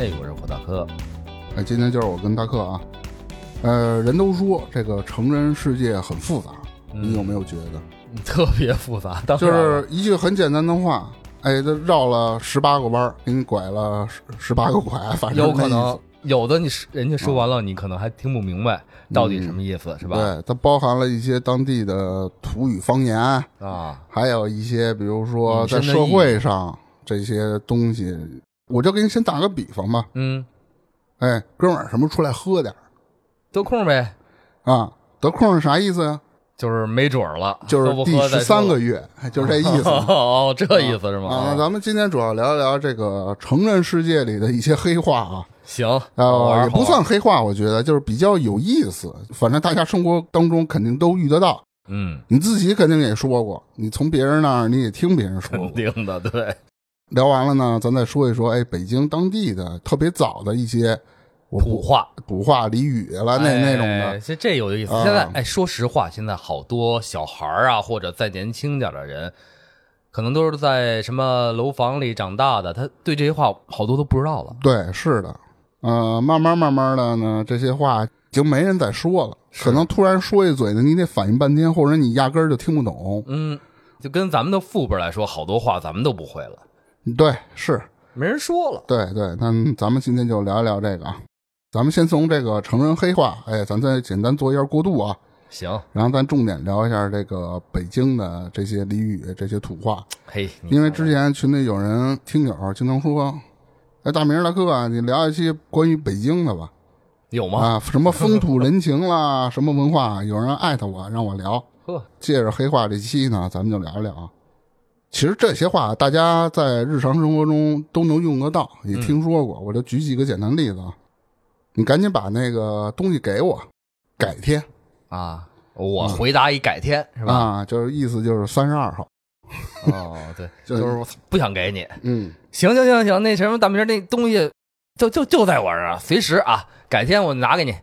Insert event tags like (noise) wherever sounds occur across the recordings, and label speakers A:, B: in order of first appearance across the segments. A: 哎，我是火大哥，
B: 哎，今天就是我跟大克啊，呃，人都说这个成人世界很复杂，
A: 嗯
B: 你有没有觉得？
A: 特别复杂，
B: 嗯
A: 当然
B: 就是一句很简单的话，哎，这绕了十八个弯儿，给你拐了十十八个拐，反正
A: 有可
B: 那意
A: 能
B: 思
A: 有的你是人家说完
B: 啊
A: 了，你可能还听不明白到底什么意
B: 嗯
A: 思，是吧？
B: 对，它包含了一些当地的土语方言，
A: 啊，
B: 还有一些比如说
A: 隐
B: 在
A: 身的
B: 社
A: 意义
B: 会上这些东西。我就给你先打个比方吧，
A: 嗯，
B: 哎，哥们儿，什么出来喝点儿
A: 得空呗，
B: 啊？得空是啥意思呀、啊
A: 就是没准儿了，
B: 就
A: 喝
B: 是
A: 不
B: 第
A: 喝
B: 十
A: 再
B: 三
A: 说
B: 个月，哎就是这
A: (laughs)
B: 意思。
A: 哦，这意思是
B: 啊，那
A: 吗？
B: 咱们今天主要聊一聊这个成人世界里的一些黑话啊，
A: 行，好玩
B: 呃，
A: 儿
B: 也不算，黑话，我觉得就是比较有意思。反正大家生活当中肯定都遇得到，
A: 嗯，
B: 你自己肯定也说过，你从别人那儿你也听别人说
A: 肯 (laughs)
B: 过。
A: 定的，对，
B: 聊完了呢，咱再说一说，哎，北京当地的特别早的一些我
A: 土话。
B: 古话俚语了，啊那、那种
A: 哎
B: 的，
A: 这这有意思。
B: 啊
A: 现在，哎，说实话，现在好多小孩儿啊，或者再年轻点儿的人，可能都是在什么楼房里长大的，他对这些话好多都不知道了。
B: 对，是的。呃，慢慢慢慢的呢，这些话已经没人再说了，可能突然说一嘴呢，你得反应半天，或者你压根儿就听不懂。
A: 嗯，就跟咱们的父辈来说，好多话咱们都不会了，
B: 对，是
A: 没人说了。
B: 对对，那咱们今天就聊一聊这个啊。咱们先从这个成人黑话，哎，咱再简单做一下过渡啊，
A: 行，
B: 然后咱重点聊一下这个北京的这些俚语、这些土话。
A: 嘿，你
B: 因为之前群里有人听友经常说，哎，大明大哥啊，你聊一期关于北京的吧，
A: 有吗？
B: 啊，
A: (laughs)
B: 什么风土人情啦， (laughs) 什么文化，有人艾特我让我聊。
A: 呵，
B: 借着黑话这期呢，咱们就聊一聊啊。其实这些话大家在日常生活中都能用得到，也听说
A: 嗯
B: 过。我就举几个简单例子啊。你赶紧把那个东西给我，改天
A: 啊，我回答一改天、是吧？
B: 嗯啊，就是意思就是三十二号。 (laughs)
A: 哦，对，
B: 就
A: 就是我不想给你。
B: 嗯，
A: 行行行行，那什么大明儿那东西就就就在我这儿啊，随时啊，改天我拿给你，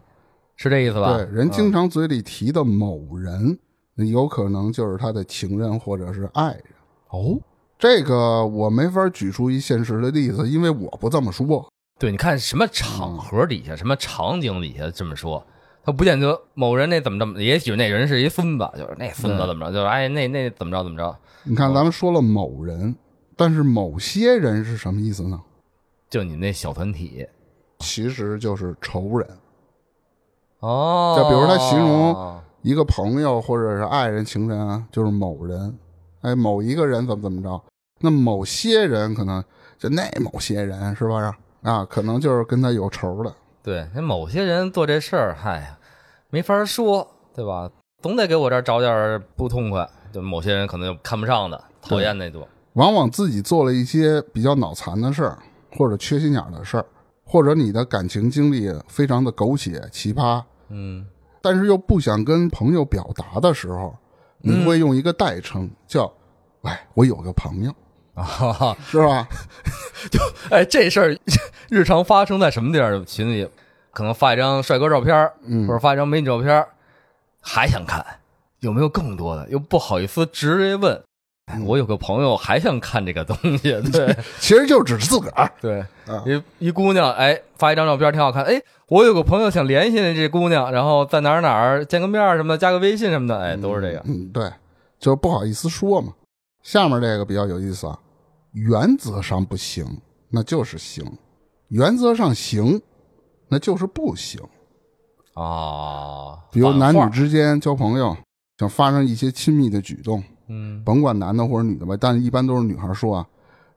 A: 是这意思吧？嗯
B: 对，人经常嘴里提的某人，有可能就是他的情人或者是爱人。
A: 哦，
B: 这个我没法举出一现实的例子，因为我不这么说。
A: 对，你看什么
B: 嗯
A: 场合底下，什么场景底下这么说，他不见得某人那怎么着，也许那人是一孙子，就是那孙子怎么着，就是哎那那怎么着怎么着，
B: 你看，咱们说了某人，但是某些人是什么意思呢？
A: 就你那小团体
B: 其实就是仇人。
A: 哦。
B: 就比如他形容一个朋友或者是爱人、情人啊，就是某人，哎，某一个人怎么怎么着，那某些人可能就那某些人是吧？啊，可能就是跟他有仇的。
A: 对，那某些人做这事儿，嗨，没法说，对吧？总得给我这儿找点儿不痛快，就某些人可能就看不上的，讨厌那种。
B: 往往自己做了一些比较脑残的事儿，或者缺心眼儿的事儿，或者你的感情经历非常的狗血奇葩， (laughs)
A: 嗯，
B: 但是又不想跟朋友表达的时候，你会用一个代称
A: 嗯
B: 叫“喂，我有个朋
A: (laughs)
B: 友
A: 啊哈哈”，
B: 是吧？
A: (laughs) 哎，这事儿日常发生在什么地儿？群里可能发一张帅哥照片儿，
B: 嗯
A: 或者发一张美女照片儿，还想看有没有更多的，又不好意思直接问。
B: 嗯
A: 哎我有个朋友还想看这个东西，对
B: (laughs) 其实就只是自个儿。
A: 对，
B: 啊
A: 一一姑娘哎发一张照片儿挺好看，哎，我有个朋友想联系这姑娘，然后在哪儿哪儿见个面儿什么的，加个微信什么的，哎，都是这个。
B: 嗯，对，就是不好意思说嘛。下面这个比较有意思啊，原则上不行，那就是行；原则上行，那就是不行。
A: 哦，
B: 比如
A: 反
B: 男
A: 话
B: 女之间交朋友，想发生一些亲密的举动，
A: 嗯，
B: 甭管男的或者女的吧，但一般都是女孩说啊，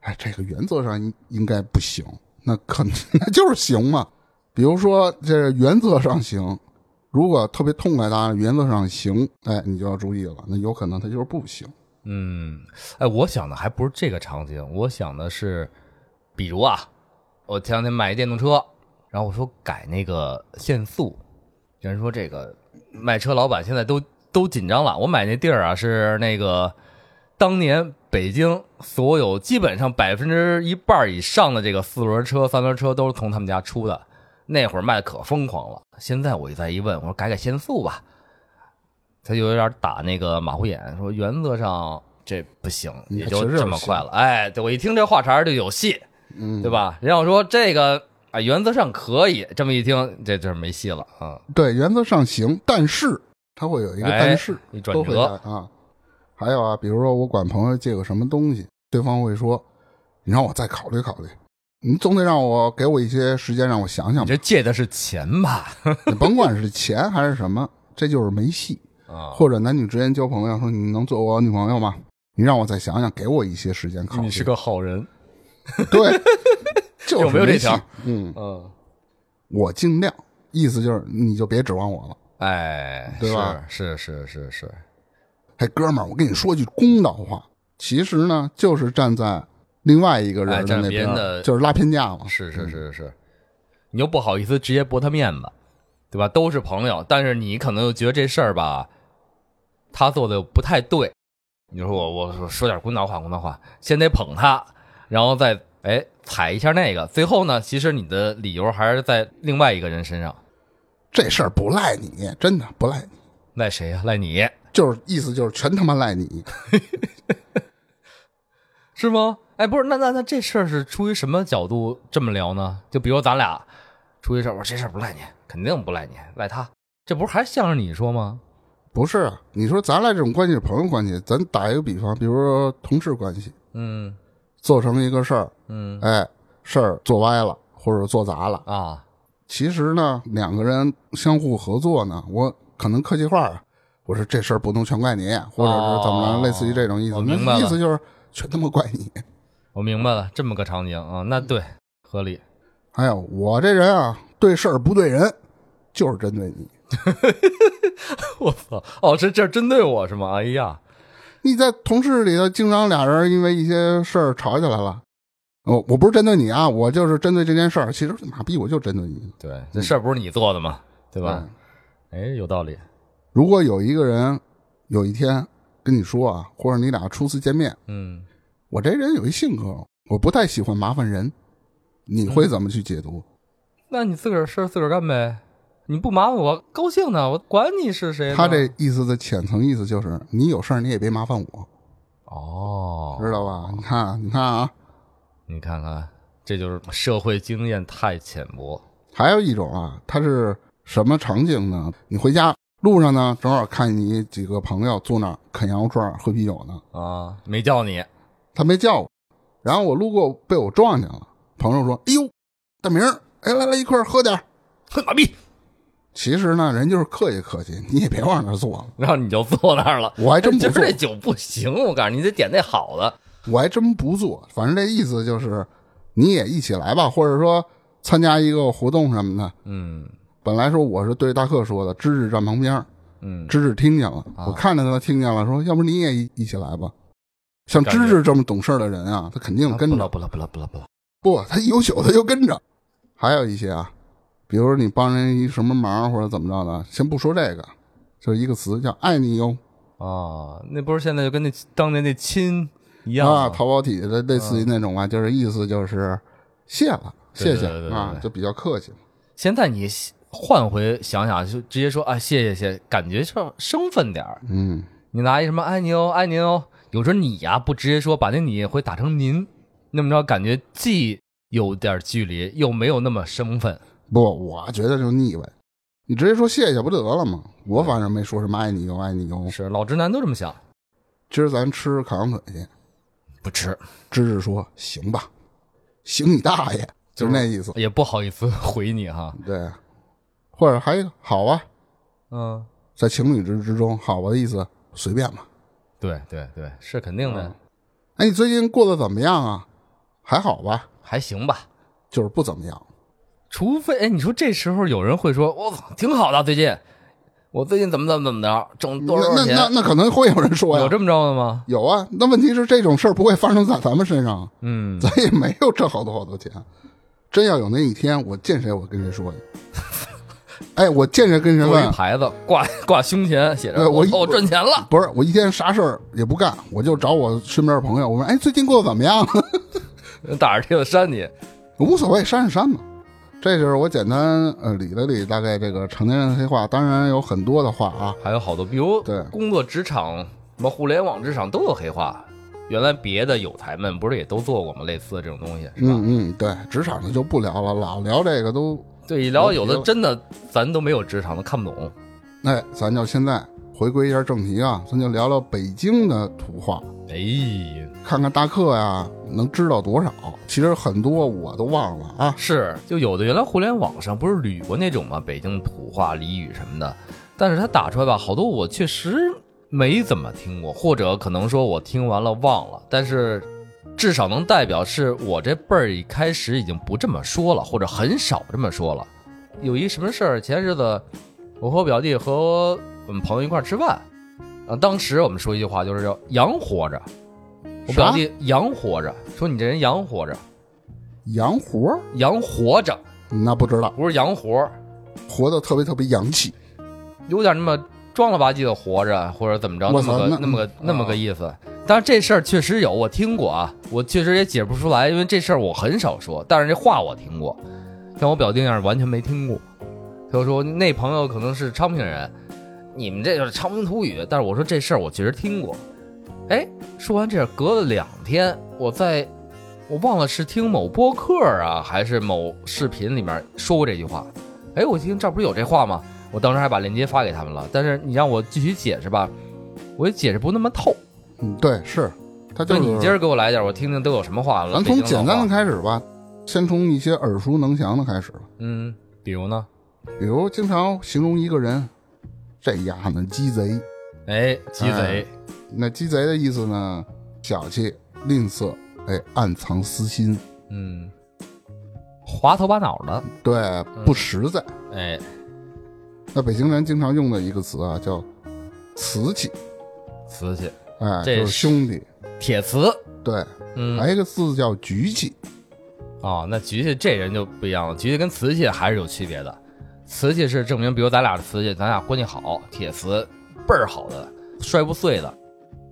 B: 哎，这个原则上应应该不行，那可 (laughs) 那就是行嘛。比如说这原则上行，如果特别痛快的啊原则上行，哎，你就要注意了，那有可能它就是不行。
A: 嗯，哎，我想的还不是这个场景，我想的是，比如啊，我前两天买一电动车，然后我说改那个限速，有人说这个卖车老板现在都都紧张了。我买那地儿啊是那个当年北京所有基本上百分之一半以上的这个四轮车、三轮车都是从他们家出的，那会儿卖的可疯狂了。现在我一再一问，我说改改限速吧，他就有点打那个马虎眼，说原则上这不行，
B: 嗯
A: 也
B: 确
A: 就
B: 实
A: 这
B: 不
A: 么
B: 行
A: 快了。哎，对我一听这话茬儿就有戏，
B: 嗯，
A: 对吧？人要说这个啊，原则上可以，这么一听，这就是没戏了啊。
B: 对，原则上行，但是它会有一个
A: 哎
B: 但是，
A: 一转
B: 都会
A: 折，
B: 带啊。还有啊，比如说我管朋友借个什么东西，对方会说：“你让我再考虑考虑，你总得让我给我一些时间让我想想
A: 你
B: 吧。
A: 这借的是钱吧？
B: 你甭管是钱还是什么，这就是没戏。
A: 啊，
B: 或者男女之间交朋友，说你能做我女朋友吗？你让我再想想，给我一些时间考虑。
A: 你是个好人， (laughs)
B: 对，就是
A: 有没有这
B: 戏
A: 条？
B: 嗯，
A: 嗯，
B: 我尽量，意思就是你就别指望我了。
A: 哎，
B: 对吧
A: 是是是是是，
B: 嘿，哥们儿，我跟你说句公道话，其实呢，就是站在另外一个
A: 哎
B: 人
A: 站在
B: 那
A: 别
B: 边
A: 人
B: 儿，
A: 的
B: 就是拉偏架嘛。
A: 是是是是，你又不好意思直接驳他面子，对吧？都是朋友，但是你可能又觉得这事儿吧，他做的不太对。你说我我说说点公道话，公道话，先得捧他，然后再哎踩一下那个，最后呢，其实你的理由还是在另外一个人身上，
B: 这事儿不赖你，真的不赖你，
A: 赖谁呀、赖你
B: 就是意思就是全他妈赖你。
A: 是吗？哎，不是，那那那这事儿是出于什么角度这么聊呢？就比如咱俩出于事儿，我说这事儿不赖你，肯定不赖你，赖他，这不是还像是你说吗？
B: 不是啊，你说咱俩这种关系是朋友关系，咱打一个比方，比如说同事关系，
A: 嗯
B: 做成一个事儿，
A: 嗯
B: 哎，事儿做歪了或者做砸了，
A: 啊，
B: 其实呢，两个人相互合作呢，我可能客气话啊，我说这事儿不能全怪你，或者是怎么
A: 哦
B: 着，类似于这种意思
A: 我，明白
B: 那
A: 了
B: 意思就是全他妈怪你。
A: 我明白了，这么个场景啊，那对，合理。 (laughs)
B: 还有哎我这人啊，对事儿不对人，就是针对你。
A: 我操，哦，这这针对我是吗？哎呀，
B: 你在同事里头，经常俩人因为一些事儿吵起来了。我我不是针对你啊，我就是针对这件事儿。其实马逼我就针对你，
A: 对，这事儿不是你做的吗？对
B: 对
A: 吧？？哎，
B: 嗯
A: 有道理。
B: 如果有一个人有一天跟你说啊，或者你俩初次见面，
A: 嗯，
B: 我这人有一性格，我不太喜欢麻烦人，你会怎么去解读？
A: 那你自个儿事儿自个儿干呗，你不麻烦我，高兴呢，我管你是谁呢。
B: 他这意思的浅层意思就是，你有事儿你也别麻烦我，
A: 哦，
B: 知道吧？你看，你看啊，
A: 你看看，这就是社会经验太浅薄。
B: 还有一种啊，它是什么场景呢？你回家路上呢，正好看你几个朋友坐那儿啃羊肉串儿喝啤酒呢，
A: 啊，没叫你，
B: 他没叫我，然后我路过被我撞见了，朋友说：“哎呦，大明儿，哎来来一块儿喝点儿。
A: 哼马逼，”
B: 其实呢，人就是客气客气， (laughs) 你也别往那儿坐了。
A: 然后你就坐那儿了。
B: 我还真
A: (laughs) 今
B: 不
A: 儿
B: 坐
A: 这，酒不行，我告诉你，你得点那好的。
B: 我还真不坐。反正这意思就是，你也一起来吧，或者说参加一个活动什么的。
A: 嗯
B: 本来说我是对大克说的，芝芝站旁边儿，
A: 嗯，
B: 芝芝听见了，
A: 啊
B: 我看着他听见了，说要不你也一一起来吧。像
A: 感觉
B: 芝芝这么懂事儿的人啊，他肯定跟
A: 不
B: 着
A: 了。不了不了不了不了。
B: 不，他有酒他就跟着。还有一些啊，比如说你帮人一什么忙或者怎么着的，先不说这个，就是一个词叫“爱你哟
A: 啊，那不是现在就跟那当年那亲一”样
B: 啊，
A: 吗
B: 淘宝体的类似于那种啊，就是意思就是谢了，谢
A: 对
B: 谢
A: 对对对
B: 啊，
A: 对
B: 就比较客气。
A: 现在你换回想想，就直接说啊，谢谢谢谢，感觉上生分点儿。
B: 嗯，
A: 你拿一什么爱你哦爱你哦，有时候你呀、不直接说，把那你会打成您，那么着感觉既有点距离，又没有那么生分。
B: 不，我觉得就腻歪。你直接说谢谢不得了吗？我反正没说什么爱你哟，爱你哟。
A: 是老直男都这么想，
B: 今儿咱吃烤羊腿去，
A: 不吃
B: 芝芝说：“行吧，行你大爷！”就是那意思。
A: 也不好意思回你哈。
B: 对，或者还有一个好啊，
A: 嗯，
B: 在情侣之之中，好啊的意思随便吧。
A: 对对对，是肯定的，
B: 哎，你最近过得怎么样啊？还好吧，
A: 还行吧。
B: 就是不怎么样。
A: 除非哎，你说这时候有人会说，我操，挺好的，最近我最近怎么怎么怎么着，挣
B: 那
A: 多少多
B: 那
A: 少钱
B: 那，那可能会有人说呀，
A: 有这么着的吗？
B: 有啊。那问题是这种事儿不会发生在咱们身上，
A: 嗯，
B: 咱也没有挣好多好多钱，真要有那一天，我见谁我跟谁说去。 (laughs) 哎，我见谁跟谁
A: 做一
B: 问，
A: 牌子挂挂胸前，写
B: 对
A: 着
B: 我一
A: 哦赚钱了，
B: 不是我一天啥事儿也不干，我就找我身边的朋友，我问，哎，最近过得怎么样？ (laughs)
A: 打着这个扇你，
B: 无所谓，删是删吧。这就是我简单呃理了理，大概这个成年人黑话，当然有很多的话啊，
A: 还有好多，比如
B: 对
A: 工作职场什么互联网职场都有黑话。原来别的有台们不是也都做过吗？类似的这种东西是吧？
B: 嗯嗯，对，职场的就不聊了，老聊这个都，
A: 对，然后有
B: 有
A: 的真的咱都没有职场的看不懂。
B: 哎，咱就现在回归一下正题啊，咱就聊聊北京的土话，
A: 哎，
B: 看看大课呀能知道多少。其实很多我都忘了啊，
A: 是，就有的原来互联网上不是捋过那种吗？北京土话、俚语什么的，但是他打出来吧，好多我确实没怎么听过，或者可能说我听完了忘了，但是至少能代表是我这辈儿一开始已经不这么说了，或者很少这么说了。有一什么事儿，前日子我和我表弟和我们朋友一块儿吃饭，啊，当时我们说一句话就是叫“洋活着”，我表
B: 啥
A: 弟洋活着，说你这人洋活着，
B: 洋活儿
A: 洋活着。
B: 那不知道，
A: 不是洋活，
B: 活得特别特别洋气。
A: 有点那么装了吧唧的活着，或者怎么着，
B: 我
A: 那
B: 操
A: 么个
B: 那
A: 那么个
B: 嗯
A: 那么个意思。但是这事儿确实有，我听过啊，我确实也解不出来，因为这事儿我很少说，但是这话我听过，但我表弟那儿完全没听过。他就说那朋友可能是昌平人，你们这就是长平土语。但是我说这事儿我确实听过。哎，说完这隔了两天，我在我忘了是听某播客啊，还是某视频里面说过这句话。哎，我一听这不是有这话吗？我当时还把链接发给他们了，但是你让我具体解释吧，我也解释不那么透。
B: 嗯，对，是，他就
A: 就是你今儿给我来点，我听听都有什么话了。
B: 咱从简单的开
A: 看，
B: 始吧，先从一些耳熟能详的开始吧，
A: 嗯，比如呢？
B: 比如经常形容一个人，这丫呢鸡贼，
A: 哎，鸡贼，
B: 那鸡贼的意思呢，小气、吝啬，哎，暗藏私心，
A: 嗯，滑头巴脑的，
B: 对，不实在。
A: 哎，
B: 那北京人经常用的一个词啊，叫瓷器，
A: 瓷器，
B: 哎，
A: 这
B: 就是
A: 是
B: 兄弟，
A: 铁瓷，
B: 对，
A: 嗯，
B: 还有一个字叫局气，
A: 哦，那局气这人就不一样了，局气跟瓷器还是有区别的。瓷器是证明，比如咱俩是瓷器，咱俩关系好，铁瓷倍儿好的，摔不碎的。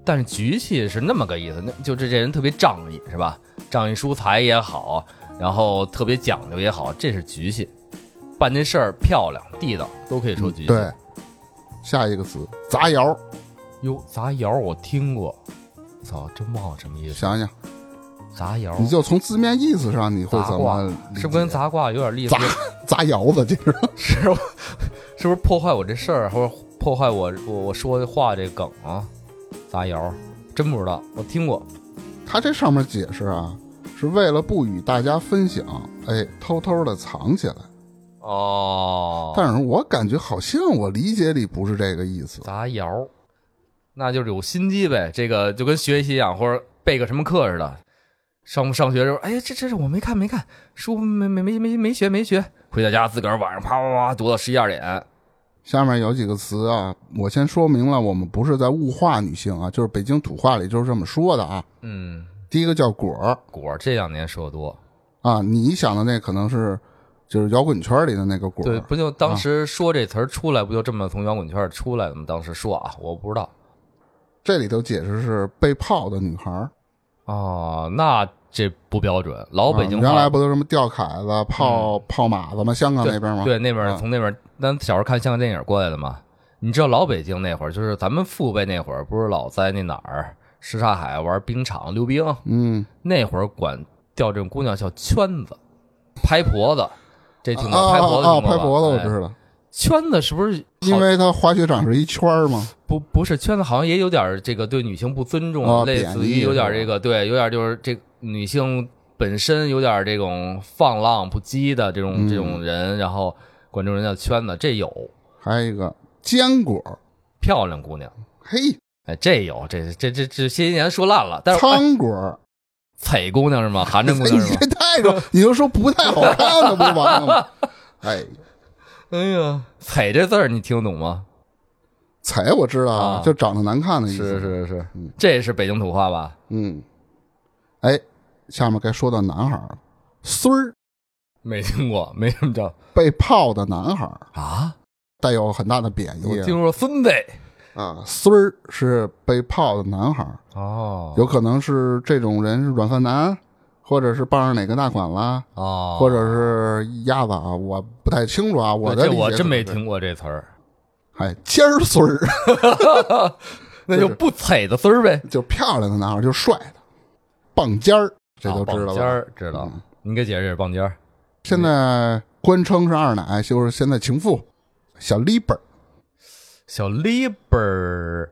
A: 但是局气是那么个意思，那就这这人特别仗义，是吧？仗义疏财也好，然后特别讲究也好，这是局气。办这事儿漂亮地道，都可以说局气。
B: 嗯对。下一个词砸窑，
A: 哟，砸窑我听过，操，真忘了什么意思。
B: 想想
A: 砸窑
B: 你就从字面意思上，你会怎么理解？
A: 是不是跟砸挂有点意思？
B: 砸砸窑子，这是
A: 是我，是不是破坏我这事儿，或者破坏我我我说的话这梗啊？砸窑，真不知道，我听过。
B: 他这上面解释啊，是为了不与大家分享，哎，偷偷的藏起来。
A: 哦，
B: 但是我感觉好像我理解里不是这个意思。
A: 砸窑，那就是有心机呗。这个就跟学习一样，或者备个什么课似的。上上学的时候，哎，这这这我没看没看书，没没没没没学没学。回到家自个儿晚上啪啪啪读到十一二点。
B: 下面有几个词啊，我先说明了，我们不是在物化女性啊，就是北京土话里就是这么说的啊。
A: 嗯，
B: 第一个叫果儿
A: 果儿这两年说的多，
B: 啊，你想的那可能是就是摇滚圈里的那个果
A: 对，
B: 儿。
A: 不就当时说这词儿出来，不就这么从摇滚圈儿出来的吗？当时说啊，我不知道。
B: 这里头解释是被泡的女孩儿，
A: 哦，那这不标准，老哦北京
B: 啊
A: 话、
B: 原来不都什么吊凯子、泡、泡马子吗？香港那边吗？
A: 对那边儿
B: 啊
A: 从那边儿，咱小时候看香港电影过来的嘛。你知道老北京那会儿，就是咱们父辈那会儿，不是老在那哪儿什刹海玩冰场溜冰，
B: 嗯，
A: 那会儿管钓这种姑娘叫圈子，拍婆子，这听
B: 啊
A: 过拍婆子
B: 啊啊，
A: 听过吧
B: 拍脖子我知
A: 哎
B: 道，
A: 圈子是不是好？
B: 因为它滑雪场是一圈儿嘛。
A: 不不是圈子，好像也有点儿这个对女性不尊重，
B: 哦
A: 类
B: 贬
A: 似
B: 义
A: 于有点
B: 是
A: 儿
B: 吧
A: 这个对，有点儿就是这女性本身有点儿这种放浪不羁的这种、
B: 嗯
A: 这种人，然后管这种人叫圈子，这有
B: 还有一个坚果儿，
A: 漂亮姑娘，
B: 嘿，
A: 哎，这有这这这这些年说烂了，但是哎
B: 苍果儿。
A: 璀姑娘是吗？寒碜姑
B: 哎你
A: 娘是
B: (laughs)
A: 吗
B: 这？态度，你就说不太好看了，不就完了吗？
A: (laughs)
B: 哎，
A: 哎呀，璀这字儿你听懂吗？
B: 踩我知道啊
A: 啊，
B: 就长得难看的意思。
A: 是，是是，嗯这是北京土话吧？
B: 嗯，哎，下面该说到男孩儿了，孙儿，
A: 没听过，没什么叫
B: 被泡的男孩儿
A: 啊。
B: 带有很大的贬
A: 我
B: 义
A: 听说孙子
B: 啊，孙儿是被泡的男孩儿，
A: 哦
B: 有可能是这种人是软饭男，或者是傍上哪个大款啦，
A: 哦，
B: 或者是鸭子啊，我不太清楚啊，我的
A: 这
B: 理解
A: 我真没
B: 可能是，
A: 听过这词儿，
B: 哎，尖儿孙儿 (laughs)
A: 那就不踩的丝儿呗。
B: 就漂亮的男孩儿，就帅的，棒尖儿，这都知道嗯吧？
A: 啊棒尖儿知道，你给解释解释棒尖儿。
B: 现在官称是二奶，就是现在情妇小 Liber，
A: 小 liber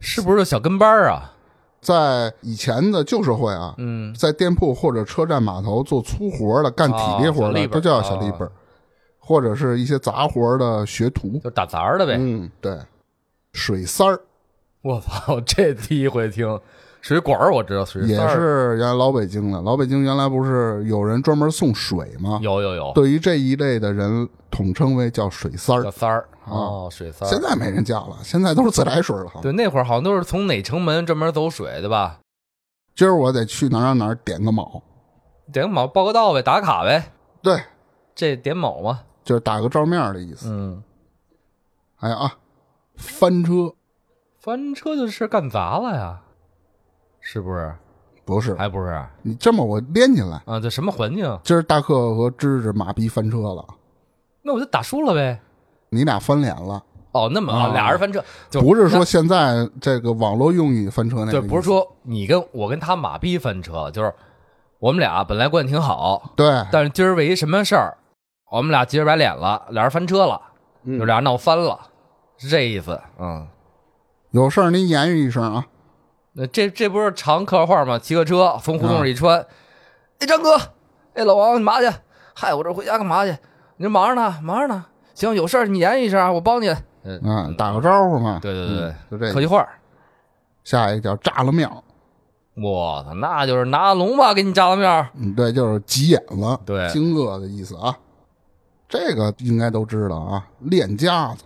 A: 是不是小跟班儿啊？
B: 在以前的旧社会啊，
A: 嗯，
B: 在店铺或者车站码头做粗活的、干体力活
A: 哦小
B: 的，
A: Liber，
B: 都叫小
A: 哦
B: Liber，或者是一些杂活的学徒。
A: 就打杂儿的呗。
B: 嗯，对，水三儿
A: 我操， (laughs) 这第一回听。水管儿我知道，水
B: 也
A: 塞儿
B: 是啊原来老北京的。老北京原来不是有人专门送水吗？
A: 有有有，
B: 对于这一类的人，统称为叫水三
A: 叫
B: 儿。
A: 三儿哦，水三
B: 啊现
A: 儿。
B: 在没人叫了，现在都是自来水了。
A: 对，那会儿好像都是从哪城门专门走水，对吧？
B: 今儿我得去哪儿哪儿哪儿点个卯，
A: 点卯报个到呗，打卡呗，
B: 对，
A: 这点卯嘛。
B: 就是打个照面儿的意思。
A: 嗯，
B: 还有啊，翻车
A: 翻车就是干砸了呀，是不是？
B: 不是？
A: 还不是啊？
B: 你这么我连起来，
A: 这什么环境？
B: 今儿大克和芝芝马逼翻车了，
A: 那我就打输了呗。
B: 你俩翻脸了，
A: 哦，那么
B: 啊
A: 啊，俩人翻车，就
B: 不是说现在这个网络用语翻车那
A: 对，
B: 个，
A: 不是，说你跟我跟他马逼翻车，就是我们俩本来关系挺好，
B: 对，
A: 但是今儿为一什么事儿，我们俩急着白脸了，俩人翻车了，就俩人闹翻了，是这意思。嗯，
B: 有事儿您言语一声啊，
A: 那这这不是常客话吗？骑个车从胡同里穿，哎，张哥，哎，老王，你嘛去？嗨，我这回家干嘛去？你这忙着呢，忙着呢。行，有事儿你言语一声啊，我帮你。嗯，
B: 嗯，打个招呼嘛，嗯
A: 对对对，
B: 就这
A: 客
B: 个。
A: 气话儿。
B: 下一个叫炸了庙，
A: 我操，那就是拿龙吧，给你炸了面儿。
B: 嗯，对，就是急眼了，
A: 对
B: 惊愕的意思啊，这个应该都知道啊，练家子，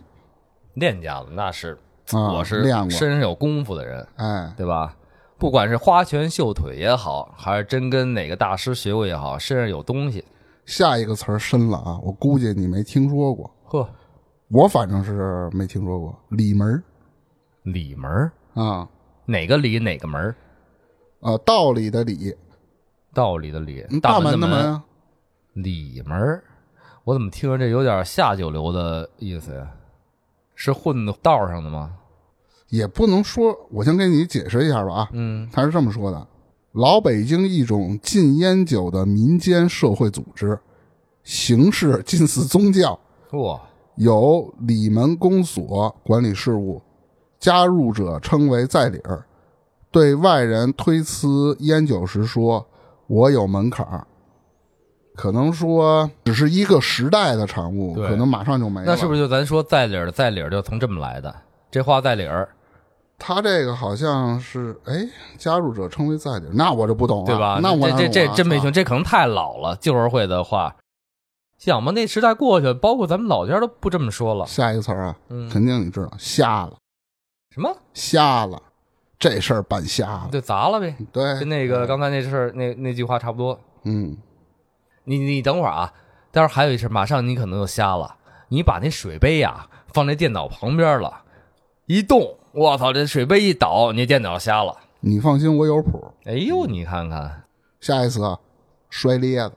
A: 练家子那是，
B: 啊
A: 我是
B: 练过
A: 身上有功夫的人，
B: 哎，
A: 对吧？不管是花拳绣腿也好，还是真跟哪个大师学过也好，身上有东西。
B: 下一个词儿深了啊，我估计你没听说过，
A: 呵，
B: 我反正是没听说过里门儿
A: 里门儿
B: 啊，
A: 哪个里哪个门儿？
B: 呃，道理的理，
A: 道里的里
B: 嗯，
A: 大
B: 门
A: 的
B: 的门啊，
A: 里门儿。我怎么听着这有点下九流的意思呀？是混道上的吗？
B: 也不能说。我先给你解释一下吧啊，
A: 嗯，
B: 他是这么说的：老北京一种禁烟酒的民间社会组织，形式近似宗教，
A: 哇，
B: 有里门公所管理事务，加入者称为在理儿。对外人推辞烟酒时说：“我有门槛儿。”可能说只是一个时代的产物，
A: 对
B: 可能马上就没了。
A: 那是不是就咱说在理儿的在理儿就从这么来的？这话在理儿，
B: 他这个好像是哎，加入者称为在理，那我就不懂了，
A: 对吧？
B: 那我哪
A: 这这
B: 懂
A: 这
B: 啊
A: 真没听，
B: 啊
A: 这可能太老了。旧社会的话，想吧，那时代过去了，包括咱们老家都不这么说了。
B: 下一个词儿啊，
A: 嗯，
B: 肯定你知道，瞎了，
A: 什么？
B: 瞎了，这事儿办瞎了，
A: 就砸了呗，
B: 对
A: 跟，那个刚才那事儿那那句话差不多。
B: 嗯，
A: 你你等会儿啊，待会儿还有一事儿，马上你可能就瞎了。你把那水杯呀、放在电脑旁边了，一动，我操，这水杯一倒，你电脑瞎了。
B: 你放心，我有谱。
A: 哎呦，你看看
B: 下一次啊，摔咧子，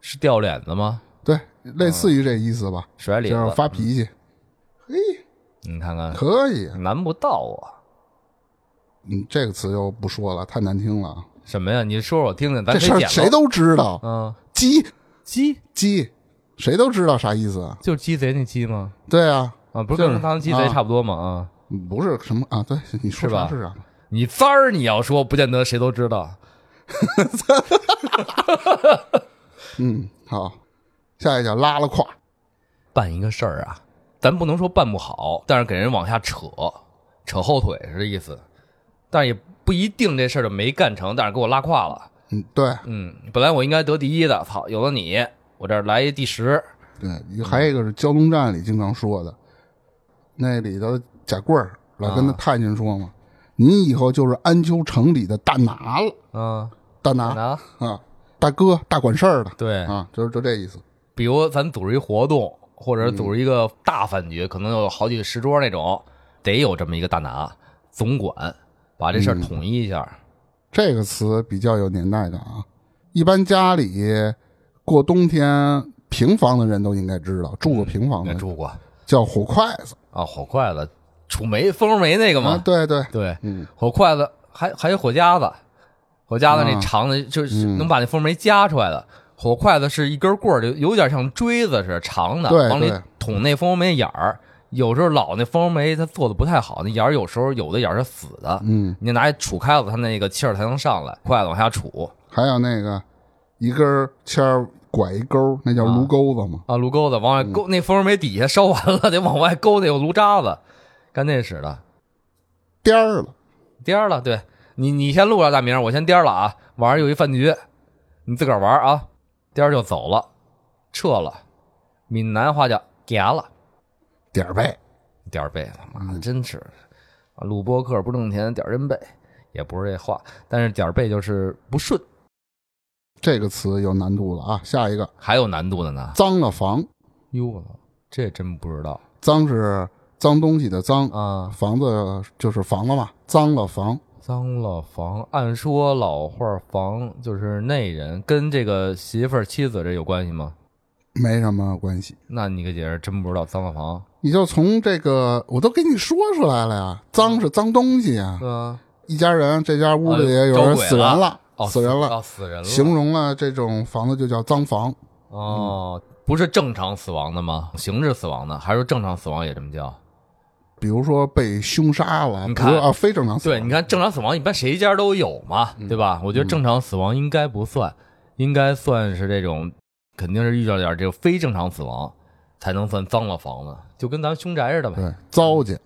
A: 是掉脸子吗？
B: 对，类似于这意思吧，
A: 甩
B: 就
A: 脸
B: 是
A: 子，
B: 发脾气，嘿，
A: 你看看，
B: 可以，
A: 难不到啊我。
B: 嗯，这个词就不说了，太难听了啊，
A: 什么呀？你说说我听听，咱
B: 这
A: 可
B: 事
A: 以
B: 儿
A: 剪了
B: 谁都知道，
A: 嗯，
B: 鸡
A: 鸡
B: 鸡，谁都知道啥意思啊，
A: 就是鸡贼那鸡吗？
B: 对啊，
A: 啊，不是
B: 就是
A: 跟唐鸡贼差不多吗？啊，
B: 不是什么啊，对，你说
A: 是
B: 啥
A: 吧
B: 是啥。
A: 你三儿你要说，不见得谁都知道。
B: 嗯，好，下一个叫拉了胯，
A: 办一个事儿啊，咱不能说办不好，但是给人往下扯，扯后腿是这意思。但是也不一定这事儿就没干成，但是给我拉胯了。
B: 嗯，对
A: 嗯，本来我应该得第一的，操，有了你，我这儿来一第十。
B: 对，还有一个是交通站里经常说的，那里头贾贵儿老跟他
A: 啊
B: 太监说嘛，您以后就是安丘城里的大拿了，
A: 嗯，
B: 大拿
A: 啊，
B: 啊，大哥大管事儿的
A: 对，
B: 啊，就是就这意思。
A: 比如咱组织一活动，或
B: 嗯
A: 者组织一个大饭局，可能有好几十桌那种，得有这么一个大拿总管，把这事
B: 嗯
A: 儿统一一下。
B: 这个词比较有年代感啊。一般家里过冬天平房的人都应该知道，住过平房的
A: 那
B: 人
A: 住过
B: 叫火筷子
A: 啊，火筷子、杵煤、蜂窝煤那个
B: 啊，
A: 嘛，
B: 对对，
A: 对，
B: 嗯
A: 火筷子还还有火夹子，火夹子那
B: 啊
A: 长的，就是能把那蜂窝煤夹出来的。火筷子是一根棍儿，就有点像锥子似的，长的，
B: 对
A: 往里
B: 对
A: 捅那蜂窝煤眼儿。有时候老那蜂窝煤它做的不太好，那眼儿有时候有的眼儿是死的，
B: 嗯，
A: 你拿一杵开了，它那个气儿才能上来，筷子往下杵
B: 还有那个一根儿签儿拐一钩儿，那叫炉钩子嘛。
A: 啊，炉钩子往外勾，那蜂窝煤底下烧完了，得 (laughs) 往外勾，得有炉渣子，干那使的。
B: 颠儿了，
A: 颠儿了，对你，你先录了，大明儿，我先颠儿了啊。晚上有一饭局，你自个儿玩儿啊。颠儿就走了，撤了。闽南话叫“夹了
B: 点儿背，”，
A: 颠儿背，他妈的真是啊！录播客不挣钱，点儿真背，也不是这话，但是点儿背就是不顺，
B: 这个词有难度了啊。下一个，
A: 还有难度的呢。
B: 脏了房，
A: 哟，我操这真不知道
B: 脏是脏东西的脏，呃
A: 啊！
B: 房子就是房子嘛，脏了房。
A: 脏了房，按说老话儿房就是内人，跟这个媳妇儿、妻子这有关系吗？
B: 没什么关系，
A: 那你个姐是真不知道脏了房，
B: 你就从这个，我都给你说出来了呀。脏是脏东西啊，
A: 嗯、
B: 一家人这家屋里
A: 啊
B: 有
A: 招
B: 人
A: 鬼
B: 死人
A: 了
B: 了，
A: 哦，
B: 死人了，
A: 哦，死人了，
B: 形容了这种房子就叫脏房。
A: 哦，不是正常死亡的吗？刑事死亡的，还是正常死亡也这么叫？
B: 嗯比如说被凶杀了，
A: 你
B: 比如说
A: 看
B: 啊非正常死
A: 对，
B: 亡，
A: 你看正常死亡一般谁家都有嘛，
B: 嗯
A: 对吧？我觉得正常死亡应该不算，应该算是这种，肯定是遇到点这个非正常死亡才能算脏了房子，就跟咱们凶宅似的呗，
B: 对糟践，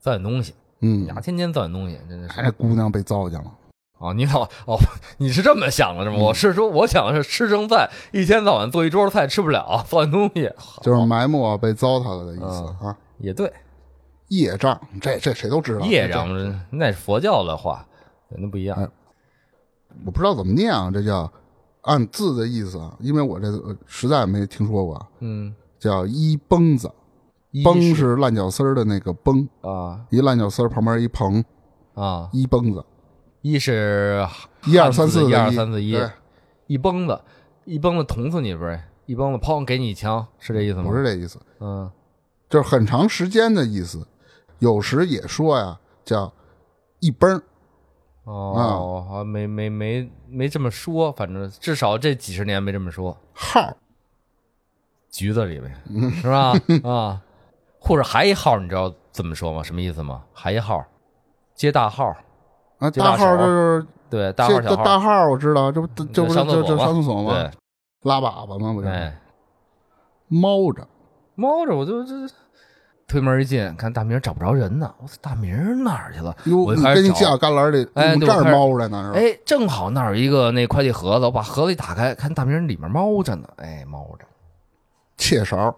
A: 糟践东西，
B: 嗯，
A: 呀，天天糟践东西，真的是。
B: 哎，姑娘被糟践了，
A: 哦，你老哦，你是这么想的是吗？
B: 嗯
A: 我是说，我想的是吃剩菜，一天到晚做一桌子菜吃不了，糟践东西，
B: 就是埋没被糟蹋了的意思
A: 嗯
B: 啊。
A: 也对。
B: 业障，这这谁都知道。
A: 业
B: 这
A: 障，那是佛教的话，那不一样
B: 哎。我不知道怎么念啊，这叫按字的意思啊，因为我这呃实在没听说过啊，
A: 嗯，
B: 叫一崩子，
A: 一
B: 崩是烂脚丝儿的那个崩，
A: 啊
B: 一烂脚丝儿旁边一棚，
A: 啊，
B: 一崩子，
A: 一是
B: 一二三四的
A: 一二三四一
B: 对，
A: 一蹦子，一蹦子捅死你不是？一蹦子砰给你一枪，是这意思吗？
B: 不是，这意思，
A: 嗯，
B: 就是很长时间的意思。有时也说呀，叫一崩儿，嗯
A: 哦，还没没没没这么说，反正至少这几十年没这么说。
B: 号儿，
A: 局子里面是
B: (laughs)
A: 吧？啊，或者还一号，你知道怎么说吗？什么意思吗？还一号，接大号，
B: 啊，
A: 接大
B: 大
A: 手
B: 号就是
A: 对，大号
B: 这
A: 小
B: 这
A: 号，嗯
B: 大号儿我知道，这不这不是
A: 上厕
B: 这
A: 所
B: 这
A: 吗
B: 上厕所吗？
A: 对，
B: 拉粑粑吗？不是
A: 哎。
B: 猫着，
A: 猫着我就这推门一进，看大明儿找不着人呢，我操，大明儿哪儿去了？
B: 哟，
A: 我就
B: 你
A: 开始
B: 跟你
A: 找
B: 犟，旮旯里，
A: 哎
B: 怎么
A: 对
B: 这
A: 我
B: 儿
A: 开始
B: 猫着呢是吧？
A: 哎，正好那儿有一个那快递盒子，我把盒子一打开，看大明儿里面猫着呢，哎，猫着。
B: 切勺，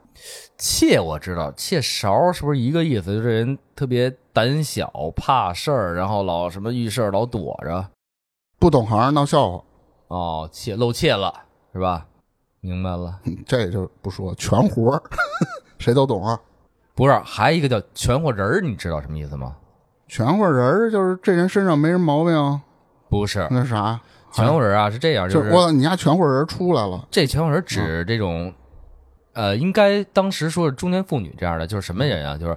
A: 切我知道，切勺是不是一个意思？就这人特别胆小、怕事儿，然后老什么遇事儿老躲着。
B: 不懂行儿闹笑话，
A: 哦，切露怯了是吧？明白了，
B: 嗯这就不说全活儿， (laughs) 谁都懂啊。
A: 不是，还有一个叫全货人儿，你知道什么意思吗？
B: 全乎人儿就是这人身上没什么毛病啊，
A: 不是，
B: 那是啥？
A: 全货人儿啊，是这样，
B: 就是我啊你家全乎人儿出来了，
A: 这全伙人指这种，呃，应该当时说是中年妇女这样的，就是什么人
B: 嗯
A: 啊？就是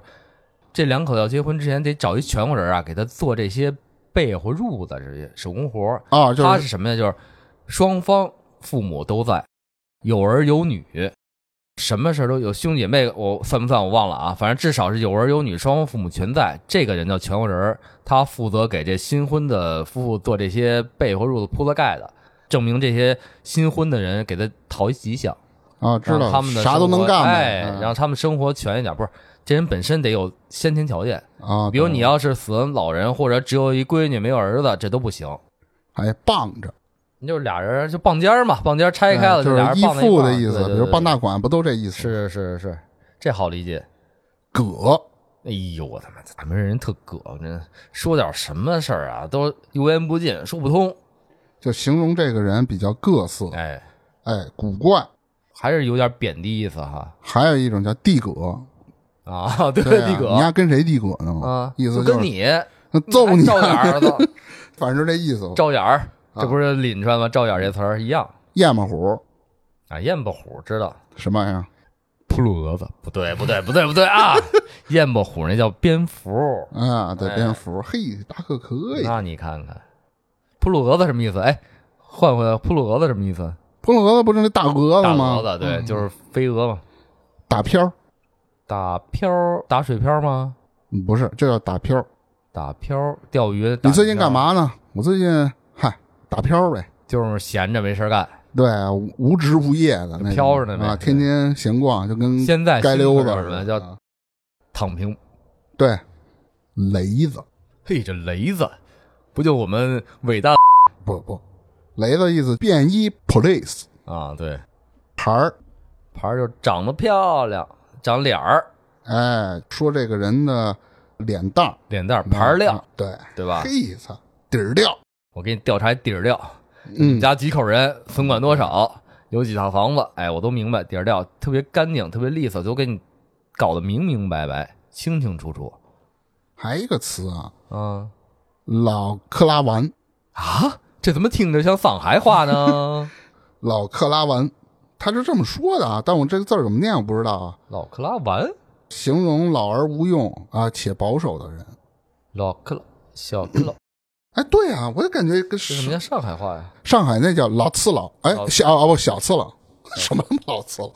A: 这两口子要结婚之前，得找一全伙人啊，给他做这些被活、褥子这些手工活儿。
B: 啊，就
A: 他
B: 是
A: 是什么呀？就是双方父母都在，有儿有女，什么事儿都有，兄弟姐妹我算不算我忘了啊？反正至少是有儿有女，双方父母全在。这个人叫全国人儿，他负责给这新婚的夫妇做这些被和褥子、铺子盖的，证明这些新婚的人给他讨一吉祥，
B: 啊，知
A: 让
B: 道
A: 他们的
B: 啥都
A: 生活
B: 能干呗
A: 哎，
B: 嗯
A: 让他们生活全一点。不是，这人本身得有先天条件，
B: 啊，
A: 比如
B: 懂
A: 你要是死老人或者只有一闺女没有儿子，这都不行。
B: 哎傍着，
A: 你就是俩人就傍尖儿嘛，傍尖儿拆开了、
B: 哎就
A: 俩
B: 是
A: 人
B: 依
A: 傍在一
B: 附
A: 块儿
B: 的意
A: 对
B: 思，
A: 对
B: 比如
A: 对
B: 傍大款不都这意思？
A: 是是是，这好理解。
B: 葛
A: 哎呦我他妈，咱们人特葛，真说点什么事儿啊都油盐不进，说不通。
B: 就形容这个人比较各色，
A: 哎，
B: 哎，古怪。
A: 还是有点贬低意思哈。
B: 还有一种叫地
A: (laughs)
B: 格，
A: 啊， (laughs) 对，
B: 对啊、
A: 地
B: 你
A: 哥
B: 丫跟谁地格呢嘛？
A: 啊，
B: 意思
A: 就
B: 就是
A: 跟你
B: 揍
A: 你
B: 你，啊
A: 还照眼儿子，
B: 反正就这意思吧。
A: 照眼
B: (laughs)
A: 儿，这不是领出来吗？照眼儿这词儿一样
B: 夜马虎
A: 啊。燕巴虎知道，
B: 什么玩意儿？
A: 扑噜蛾子不对，不对，不对，不对啊！ (laughs) 燕巴虎那叫蝙蝠，
B: 啊，对，
A: 哎
B: 蝙蝠，嘿，大哥可以。
A: 那你看看，扑噜蛾子什么意思？哎，换回来，扑噜蛾子什么意思？
B: 扑棱蛾子不是那大蛾
A: 大
B: 子吗？
A: 蛾子，对，
B: 嗯
A: 就是飞蛾嘛。
B: 打漂儿，
A: 打漂儿打水漂儿吗？
B: 嗯不是，这叫打漂儿。
A: 打漂儿钓鱼。打
B: 你最近
A: 漂儿
B: 干？嘛呢？我最近嗨打漂儿呗，
A: 就是闲着没事儿干。
B: 对，啊无无职无业的那种
A: 飘着呢呗
B: 啊，天天闲逛，就跟
A: 现在
B: 街嗯溜子
A: 新词儿什么
B: 似的啊
A: 叫躺平？
B: 对雷子，
A: 嘿，这雷子不就我们伟大
B: 不不，雷子意思便衣 police
A: 啊？对，
B: 牌儿，
A: 牌儿就长得漂亮，长脸儿，
B: 哎，说这个人的脸蛋儿
A: 脸蛋儿牌儿亮
B: 啊，对，
A: 对吧？
B: 嘿操，底儿掉，
A: 我给你调查一底儿料，你
B: 嗯
A: 们，家几口人，存款多少，有几套房子，哎，我都明白，底儿料特别干净，特别利索，都给你搞得明明白白、清清楚楚。
B: 还一个词啊，
A: 嗯
B: 老克拉完，
A: 啊，这怎么听着像上海话呢？
B: 老克拉完，他是这么说的啊，但我这个字儿怎么念我不知道啊，
A: (laughs) 老克拉完，
B: 形容老而无用啊且保守的人。
A: 老克拉，小克 (laughs) 拉，
B: 哎，对啊，我就感觉跟
A: 这什么叫上海话呀？
B: 上海那叫老次郎，哎
A: 老，
B: 小哦不小次郎，什么老 (laughs) 次郎？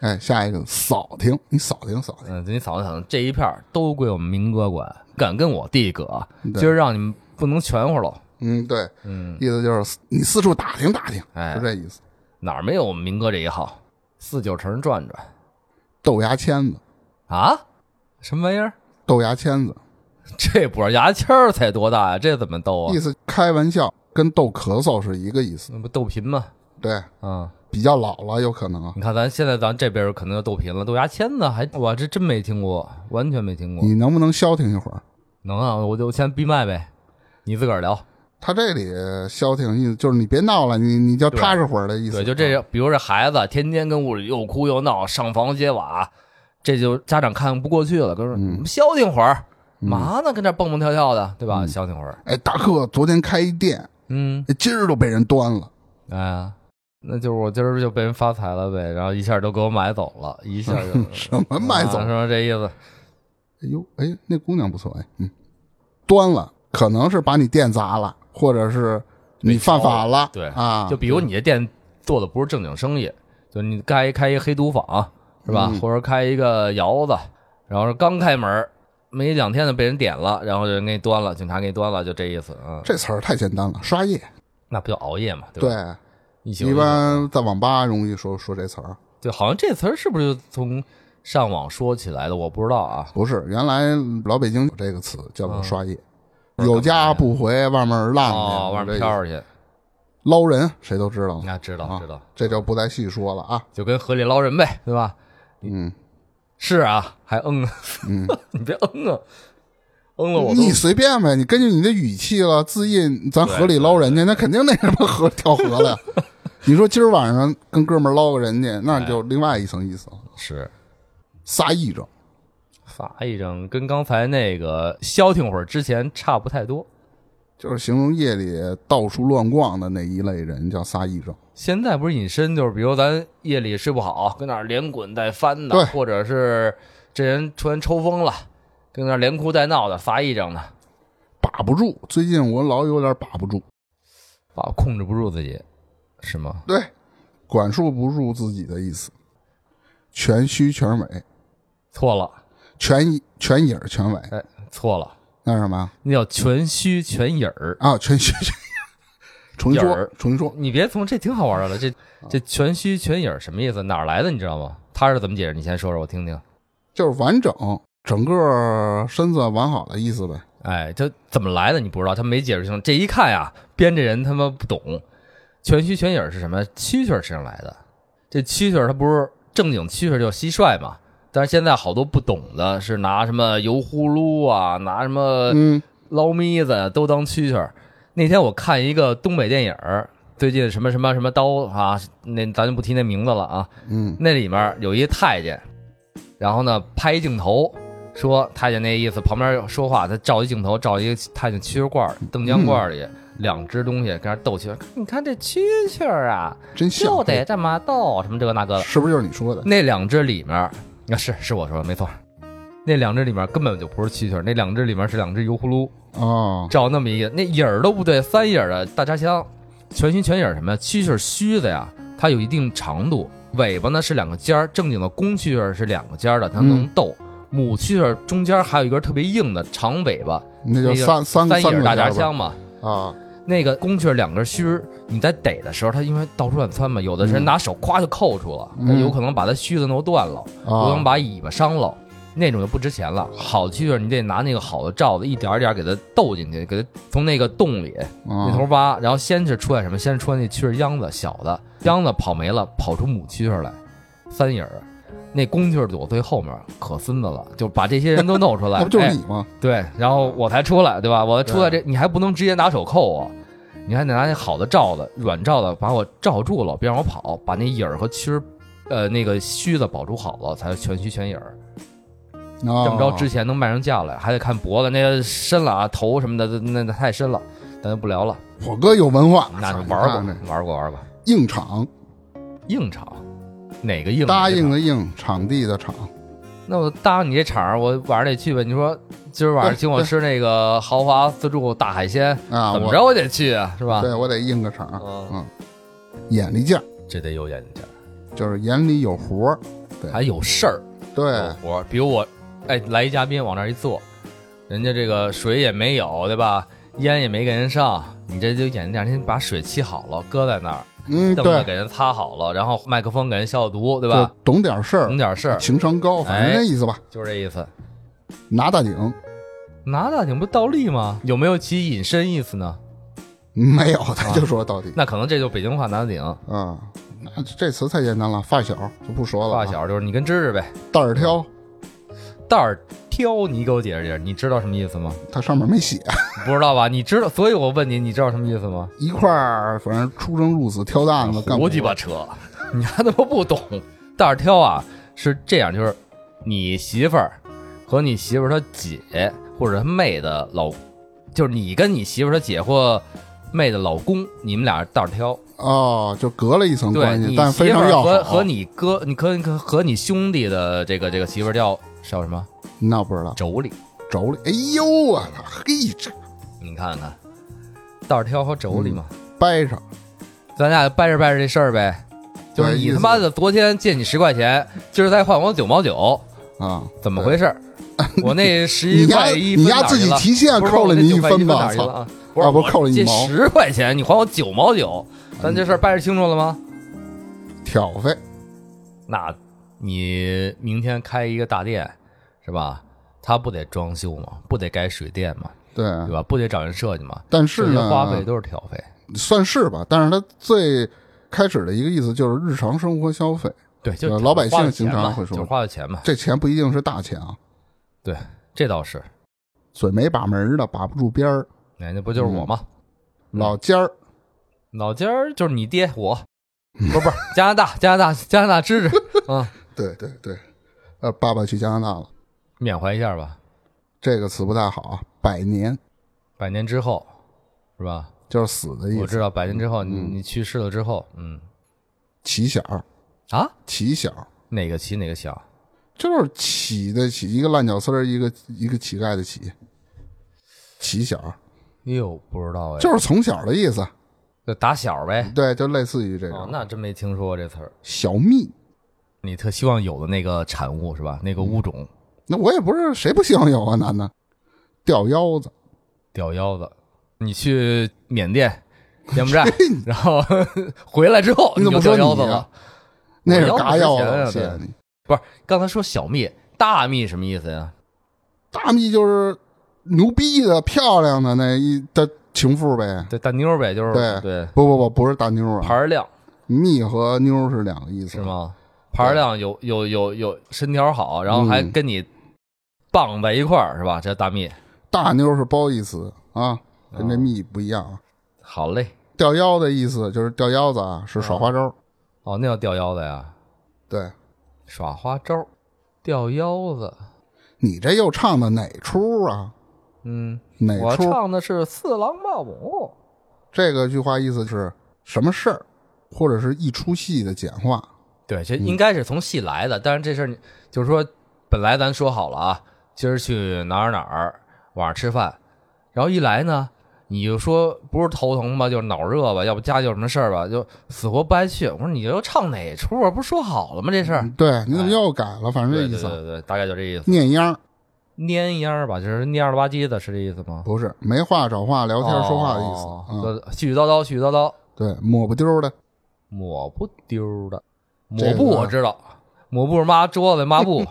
B: 哎，下一个扫听，你扫听扫听，
A: 嗯，你扫了扫这一片儿都归我们明哥管，敢跟我弟葛，
B: 对
A: 今儿让你们不能全乎了。
B: 嗯，对，
A: 嗯，
B: 意思就是你四处打听打听，
A: 哎
B: 就这意思。
A: 哪儿没有我们明哥这一号？四九城转转
B: 豆芽签子，
A: 啊？什么玩意儿？
B: 豆芽签子，
A: (laughs) 这波牙签儿才多大呀、这怎么斗啊
B: 意？思开玩笑，跟逗咳嗽是一个意思。
A: 那不斗贫吗？
B: 对，
A: 啊、
B: 比较老了，有可能啊。
A: 你看咱现在咱这边儿可能就斗贫了，斗牙签子还我这真没听过，完全没听过
B: 你。能不能消停一会儿？
A: 能啊，我就先闭麦呗，你自个儿聊。
B: 他这里消停意思就是你别闹了，你你就踏实会儿的意思。啊
A: 对，就这
B: 样。
A: 样，比如这孩子天天跟屋里又哭又闹，上房揭瓦，这就家长看不过去了，跟说、
B: 嗯
A: 你们消停会儿，嘛呢，跟这蹦蹦跳跳的，对吧？消停会儿，
B: 哎，大哥，昨天开一店，
A: 嗯，
B: 哎今儿都被人端了。
A: 哎呀，那就是我今儿就被人发财了呗，然后一下都给我买走了，一下就
B: (laughs) 什么卖走？
A: 啊
B: 哎
A: 是吧？这意思，
B: 呦，哎，那姑娘不错，哎，嗯，端了，可能是把你店砸了，或者是你犯法了，
A: 对
B: 啊，
A: 就比如你这店做的不是正经生意，就你该开一个黑赌坊是吧？
B: 嗯
A: 或者开一个窑子，然后刚开门没两天就被人点了，然后就人给你端了，警察给你端了，就这意思啊。嗯
B: 这词儿太简单了，刷夜。
A: 那不就熬夜嘛？对吧？
B: 对，
A: 一宿
B: 一般在网吧容易说说这词儿，
A: 对，好像这词儿是不是就从上网说起来的？我不知道啊。
B: 不是原来老北京有这个词叫
A: 嗯
B: 做刷夜，有家不回，外面浪去
A: 哦，外面
B: 啊这
A: 飘着嗯去，
B: 捞人，谁都知道了，
A: 那知道
B: 啊
A: 知道，
B: 这就不再细说了啊。
A: 就跟河里捞人呗，对吧？
B: 嗯，
A: 是啊，还嗯啊，
B: 嗯
A: (laughs) 你别嗯啊，嗯了我都
B: 你随便呗，你根据你的语气了，字印，咱河里捞人家，那肯定那什么河跳河了
A: (laughs)
B: 呀。你说今儿晚上跟哥们儿捞个人家，那
A: 哎
B: 就另外一层意思了，
A: 是
B: 撒癔症。
A: 发一张，跟刚才那个消停会儿之前差不太多。
B: 就是形容夜里到处乱逛的那一类人，叫撒癔症。
A: 现在不是隐身，就是比如咱夜里睡不好，跟那儿连滚带翻
B: 对
A: 的，或者是这人突然抽风了，跟那儿连哭带闹的，发一张的，
B: 把不住，最近我老有点把不住，
A: 把控制不住自己，是吗？
B: 对，管束不住自己的意思，全虚全伪，
A: 错了，
B: 全全影儿全伪，
A: 哎，错了，
B: 那是什么
A: 那叫全虚全影儿。
B: 啊？全虚全 (laughs) 重新
A: 影
B: 说
A: 儿，
B: 重新说，
A: 你别从这挺好玩的了，这这全虚全影儿什么意思？哪儿来的？你知道吗？他是怎么解释？你先说说我听听。
B: 就是完整，整个身子完好的意思呗。
A: 哎，这怎么来的？你不知道，他没解释清楚。这一看呀，编这人他妈不懂。全虚全影儿是什么？蛐蛐儿身上来的。这蛐蛐儿它不是正经蛐蛐儿叫蟋蟀嘛？但是现在好多不懂的是拿什么油葫芦啊，拿什么
B: 嗯，
A: 捞咪子都当蛐蛐儿，那天我看一个东北电影儿，最近什么什么什么刀啊，那咱就不提那名字了啊。
B: 嗯
A: 那里面有一太监，然后呢拍镜头，说太监那意思，旁边说话，他照一镜头，照一个太监蛐蛐罐儿、邓江罐儿里、两只东西跟那斗蛐儿，你看这蛐蛐儿啊，
B: 真像
A: 就得这么斗，什么这个那个的。
B: 是不是就是你说的？
A: 那两只里面，啊是是我说的没错，那两只里面根本就不是蛐蛐儿，那两只里面是两只油葫芦，
B: 哦，
A: 照那么一个，那影儿都不对，三影儿的大扎枪，全心全影儿什么呀？蛐蛐儿须子呀，它有一定长度，尾巴呢是两个尖儿，正经的公蛐蛐儿是两个尖儿的，它能
B: 嗯
A: 斗。母蛐蛐儿中间还有一根特别硬的长尾巴，
B: 那
A: 那
B: 就
A: 个
B: 三三
A: 三
B: 三
A: 影
B: 个
A: 儿大
B: 家
A: 扎
B: 吧
A: 枪嘛。
B: 啊，
A: 那个公蛐儿两根须儿，你在逮的时候，它因为到处乱窜嘛，有的人
B: 嗯
A: 拿手咵就扣住了，它
B: 嗯
A: 有可能把它须子挪断了，有可能
B: 啊
A: 把尾巴伤了，那种就不值钱了。好蛐蛐儿你得拿那个好的罩子，一点儿一点儿给它斗进去，给它从那个洞里那头
B: 啊，
A: 挖，然后先是出来什么？先是出来那蛐儿秧子，小的秧子跑没了，跑出母蛐儿来，三影儿。那公蛐儿躲最后面，可孙子了，就把这些人都弄出来。
B: (laughs) 那不就是
A: 哎
B: 你吗？
A: 对，然后我才出来，对吧？我出来这你还不能直接拿手扣我，你还得拿那好的罩子、软罩子把我罩住了，别让我跑，把那影儿和蛐儿，呃，那个须子保住好了，才全须全影儿。
B: 这
A: 这么
B: 么
A: 着之前能卖上价来，还得看脖子那个深了啊，头什么的那那太深了，咱就不聊了，
B: 我哥有文化，
A: 啊那就
B: 操
A: 玩儿吧，
B: 你看
A: 玩儿过玩儿吧。
B: 这硬场，
A: 硬场，哪个硬？
B: 答应
A: 的。
B: 的硬，场地的场，
A: 那我搭你这场儿，我晚上得去吧。你说今儿晚上请我吃那个豪华自助大海鲜，
B: 啊，
A: 怎么
B: 我
A: 着我得去啊，是吧？
B: 对我得硬个场，
A: 嗯，
B: 嗯眼力劲儿
A: 这得有眼力劲儿，
B: 就是眼里有活儿，
A: 还有事儿，有
B: 对，
A: 活儿。比如我，哎，来一嘉宾往那儿一坐，人家这个水也没有，对吧？烟也没给人上，你这就眼力劲儿，先把水沏好了，搁在那儿，
B: 嗯，
A: 凳子
B: 对，
A: 给人擦好了，然后麦克风给人消毒，对
B: 就
A: 吧？
B: 懂点事儿
A: 整，点事儿，
B: 情商高，反正
A: 哎
B: 那意思吧，嗯
A: 就是这意思。
B: 拿大顶。
A: 拿大顶不倒立吗？有没有其隐身意思呢？
B: 没有，
A: 啊
B: 他就说到底
A: 那可能这就北京话拿大顶，
B: 啊，那这词太简单了，发小就不说了啊，
A: 发小就是你跟知识呗，
B: 蛋儿挑，
A: 蛋儿挑，你给我解释解释，你知道什么
B: (laughs)
A: 意思吗？
B: 它上面没写，
A: 不知道吧？你知道，所以我问你，你知道什么意思吗？
B: 一块儿反正出生入死挑担子干活
A: 胡鸡巴扯，你还他妈不懂？蛋儿挑啊，是这样，就是你媳妇儿和你媳妇儿她姐或者她妹的老，就是你跟你媳妇儿她姐或妹的老公，你们俩是蛋儿挑。
B: 哦，就隔了一层
A: 对
B: 关系，
A: 你
B: 但非
A: 媳妇
B: 常
A: 儿
B: 要好。啊
A: 和和你哥，你和和和你兄弟的这个这个媳妇儿叫叫什么？
B: 那不知道
A: 妯娌。
B: 妯娌，哎呦我操，嘿这
A: 你看看，道儿挑和妯娌嘛，
B: 嗯掰上，
A: 咱俩掰扯掰扯这事儿呗。就是
B: 对意
A: 你
B: 思
A: 他妈的昨天借你十块钱，今儿再换我九毛九，
B: 啊，
A: 怎么回事儿？
B: (laughs)
A: 我那十
B: 你
A: 一
B: 丫
A: 块一分
B: 你
A: 哪
B: 丫
A: 儿
B: 自
A: 去
B: 己
A: 了？
B: 提现
A: 不是
B: 扣了你
A: 我那
B: 一
A: 9块
B: 分
A: 哪
B: 吧？
A: 儿去了
B: 操，
A: 啊？
B: 啊不
A: 我
B: 是扣了你一
A: 借
B: 毛，嗯
A: 十块钱，你还我九毛九，咱这事儿掰扯清楚了吗？
B: 挑费
A: 那你明天开一个大店是吧？他不得装修吗？不得改水电吗？
B: 对。
A: 对吧？不得找人设计吗？
B: 但
A: 这
B: 是
A: 些
B: 呢，
A: 花费都是挑费。
B: 算是吧，但是它最开始的一个意思就是日常生活消费，
A: 对，就
B: 呃
A: 是
B: 老百姓
A: 花的
B: 经
A: 钱
B: 常
A: 嘛
B: 会说
A: 就是花的钱嘛。
B: 这钱不一定是大钱啊，
A: 对，这倒是，
B: 嘴没把门儿的，把不住边儿，
A: 哎，那不就是我吗？嗯
B: 老尖儿，
A: 老尖儿就是你爹，我不是不是加拿大，加拿大，加拿大支持，嗯，
B: 对对对，呃，爸爸去加拿大了，
A: 缅怀一下吧，
B: 这个词不太好啊，百年
A: 百年之后是吧？
B: 就是死的意
A: 我
B: 思，
A: 知道百年之后，
B: 嗯
A: 你你去世了之后，嗯
B: 起小，
A: 啊，
B: 起小
A: 哪个齐哪个小？
B: 就是起的起，一个烂脚丝儿，一个一个乞丐的乞，起小
A: 哎呦，不知道哎，
B: 就是从小的意思，
A: 就打小呗。
B: 对，就类似于这
A: 哦，
B: 种
A: 那真没听说过这词儿。
B: 小蜜。
A: 你特希望有的那个产物是吧？那个物种
B: 那我也不是谁不希望有啊，男的，吊腰子，
A: 吊腰子，你去缅甸、柬埔寨， (laughs) 然后回来之后
B: 你怎么
A: 就
B: 不说
A: 吊
B: 你
A: 腰子
B: 呀
A: 了。？
B: 那是
A: 我
B: 嘎腰
A: 腰
B: 子，
A: 子值
B: 谢
A: 钱啊
B: 谢你。
A: 刚才说小蜜、大蜜什么意思呀？
B: 大蜜就是牛逼的、漂亮的那一的情妇呗。
A: 对，大妞呗，就是
B: 对
A: 对，
B: 不不不，不是大妞
A: 牌
B: 啊，
A: 儿亮
B: 蜜和妞是两个意思，
A: 是？吗？牌儿亮有有有有身条好，然后还
B: 嗯
A: 跟你棒在一块儿是吧？这大蜜
B: 大妞是褒义词啊，跟这
A: 哦
B: 蜜不一样啊。
A: 好嘞，
B: 吊腰的意思就是吊腰子啊，是耍花招儿。
A: 哦，那叫吊腰子呀，
B: 对
A: 耍花招儿，吊腰子。
B: 你这又唱的哪出啊？
A: 嗯，
B: 哪
A: 我
B: 出？啊
A: 唱的是四郎骂母。
B: 这个句话意思是什么事儿，或者是一出戏的简化。
A: 对，这
B: 嗯
A: 应该是从戏来的。但是这事儿你，就是说，本来咱说好了啊，今儿去哪儿哪儿晚上吃饭，然后一来呢，你就说不是头疼吧，就是脑热吧，要不家里有什么事儿吧，就死活不爱去。我说你又唱哪出啊？不是说好了吗？这事儿
B: 嗯，对，你怎么又改了？反正这
A: 对
B: 意
A: 哎对
B: 思啊，
A: 对对，大概就这意思。
B: 念秧儿
A: 蔫烟儿吧，就是蔫了吧唧的，是这意思吗？
B: 不是没话找话、聊天说话的意
A: 哦
B: 思。嗯，
A: 对絮絮叨叨，絮絮叨叨，
B: 对，抹不丢儿的。
A: 抹不丢的。
B: 这
A: 抹
B: 个
A: 布我知道，抹布是抹桌子
B: (laughs)
A: 抹布，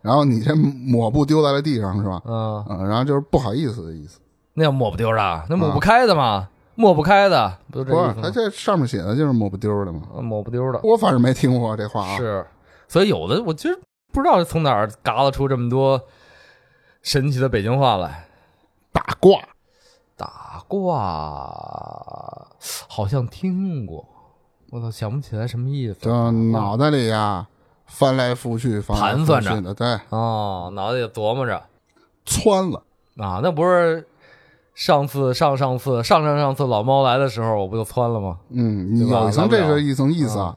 B: 然后你这抹布丢在了地上是吧？
A: 嗯，
B: 嗯，然后就是不好意思的意思。
A: 那叫抹不丢的，那抹不开的嘛，抹不开的，不就这
B: 啊不
A: 意
B: 是
A: 思，
B: 他
A: 吗？
B: 这上面写的就是抹不丢儿的嘛。
A: 呃抹不丢的，
B: 我反正没听过这话啊。
A: 是，所以有的我其实不知道从哪儿嘎了出这么多神奇的北京话来。
B: 打卦，
A: 打卦好像听过，我操，想不起来什么意思
B: 就脑袋里呀翻来覆去，翻来覆去
A: 盘算着
B: 的，对，
A: 哦，脑袋里琢磨着
B: 窜了。
A: 啊，那不是上次、上上次、上上上次老猫来的时候，我不就窜了吗？
B: 嗯，
A: 对吧
B: 有一层这
A: 咱们
B: 是
A: 俩
B: 一层意思啊，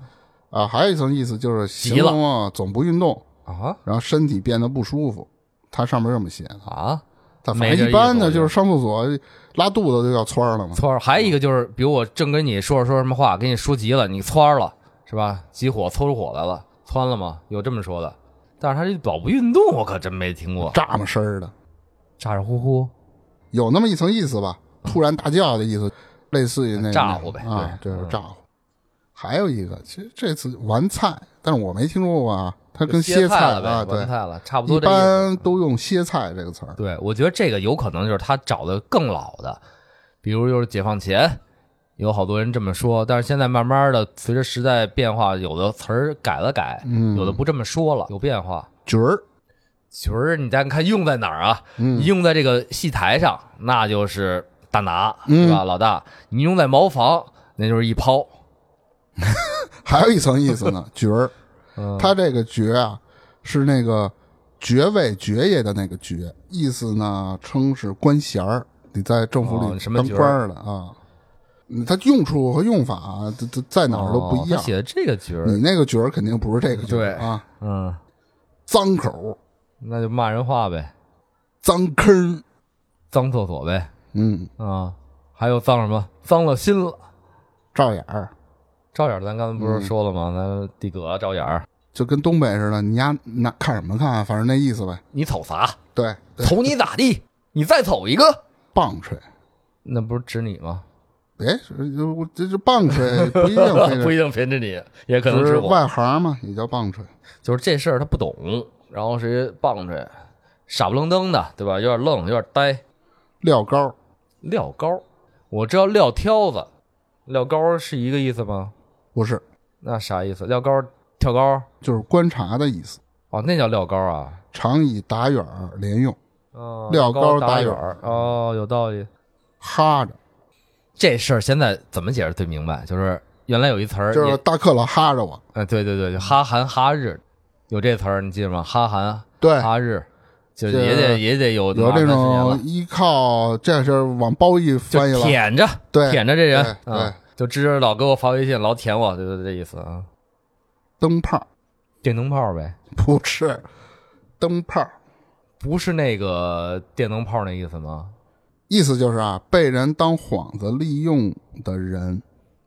B: 啊，还有一层意思就是行
A: 急了
B: 动啊总不运动，
A: 啊
B: 然后身体变得不舒服。它上面这么写的，
A: 啊，
B: 它
A: 没
B: 反
A: 这
B: 正一般
A: 意思我
B: 的
A: 觉
B: 就
A: 得
B: 是上厕所拉肚子就叫窜儿了嘛。
A: 窜儿，还有一个就是，比如我正跟你说着说什么话，跟你说急了，你窜儿了，是吧？急火凑出火来了，窜了吗？有这么说的，但是他这老不运动，我可真没听过。
B: 炸么声儿的，
A: 咋咋呼呼，
B: 有那么一层意思吧？突然大叫的意思，类似于那个
A: 咋呼呗
B: 啊，这
A: 对
B: 是
A: 嗯
B: 咋呼。还有一个，其实这次完菜，但是我没听说过啊，它跟
A: 歇
B: 菜
A: 了呗，
B: 啊，
A: 完
B: 对，
A: 菜了，差不
B: 一
A: 多这意思。
B: 般都用“歇菜”这个词儿。
A: 对，我觉得这个有可能就是他找的更老的，比如就是解放前，有好多人这么说，但是现在慢慢的随着时代变化，有的词儿改了改，
B: 嗯，
A: 有的不这么说了，有变化。
B: 角儿，
A: 角儿，你再看用在哪儿啊？
B: 嗯
A: 你用在这个戏台上，那就是大拿，
B: 嗯
A: 是吧，老大？你用在茅房，那就是一抛。
B: 还有一层意
A: (laughs)
B: 思呢。角儿，
A: 嗯
B: 它这个“角”啊，是那个爵位、爵爷的那个“爵”，意思呢，称是官衔儿，你在政府
A: 哦
B: 里
A: 什么
B: 当
A: 角儿
B: 官儿的啊。嗯它用处和用法啊这这在哪儿都不一
A: 哦
B: 样
A: 他。写的这个角儿，
B: 你那个角儿肯定不是这个角儿
A: 对
B: 啊，
A: 嗯，
B: 脏口、
A: 那就骂人话呗，
B: 脏坑，
A: 脏厕所呗，
B: 嗯，
A: 啊，还有脏什么？脏了心了。
B: 照眼儿，
A: 照眼儿，咱刚才不是说了吗？
B: 嗯
A: 咱地葛照眼儿，
B: 就跟东北似的，你丫那看什么看啊？反正那意思呗。
A: 你瞅啥？
B: 对，
A: 瞅你咋地？你再瞅一个，
B: 棒槌，
A: 那不是指你吗？
B: 哎，这我这这棒槌不一定非得
A: (laughs) 不一定偏指你，也可能
B: 就
A: 指
B: 是
A: 我。
B: 外行嘛，也叫棒槌。
A: 就是这事儿他不懂，然后谁棒槌，傻不愣登的，对吧？有点愣，有点呆，
B: 撂高，
A: 撂高。我知道撂挑子，撂高是一个意思吗？
B: 不是，
A: 那啥意思？撂高跳高
B: 就是观察的意思。
A: 哦，那叫撂高啊。
B: 常以打远儿连用，
A: 哦，
B: 撂高
A: 高
B: 打
A: 远
B: 远
A: 儿哦，有道理。
B: 哈着，
A: 这事儿现在怎么解释最明白？就是原来有一词儿，
B: 就是
A: 也
B: 大克老哈着我。
A: 呃，对对对，就哈韩哈日，有这词儿你记得吗？哈韩
B: 对，
A: 哈日，就
B: 这
A: 也得也得有
B: 哎有
A: 马
B: 这
A: 上时间了
B: 种依靠，这是往褒义翻译
A: 就
B: 了。
A: 舔着，
B: 对
A: 舔着这人，
B: 对
A: 啊，就支着老给我发微信，老舔我，就是这意思啊。
B: 灯泡
A: 电灯泡呗，
B: 不是，灯泡
A: 不是那个电灯泡那意思吗？
B: 意思就是啊，被人当幌子利用的人，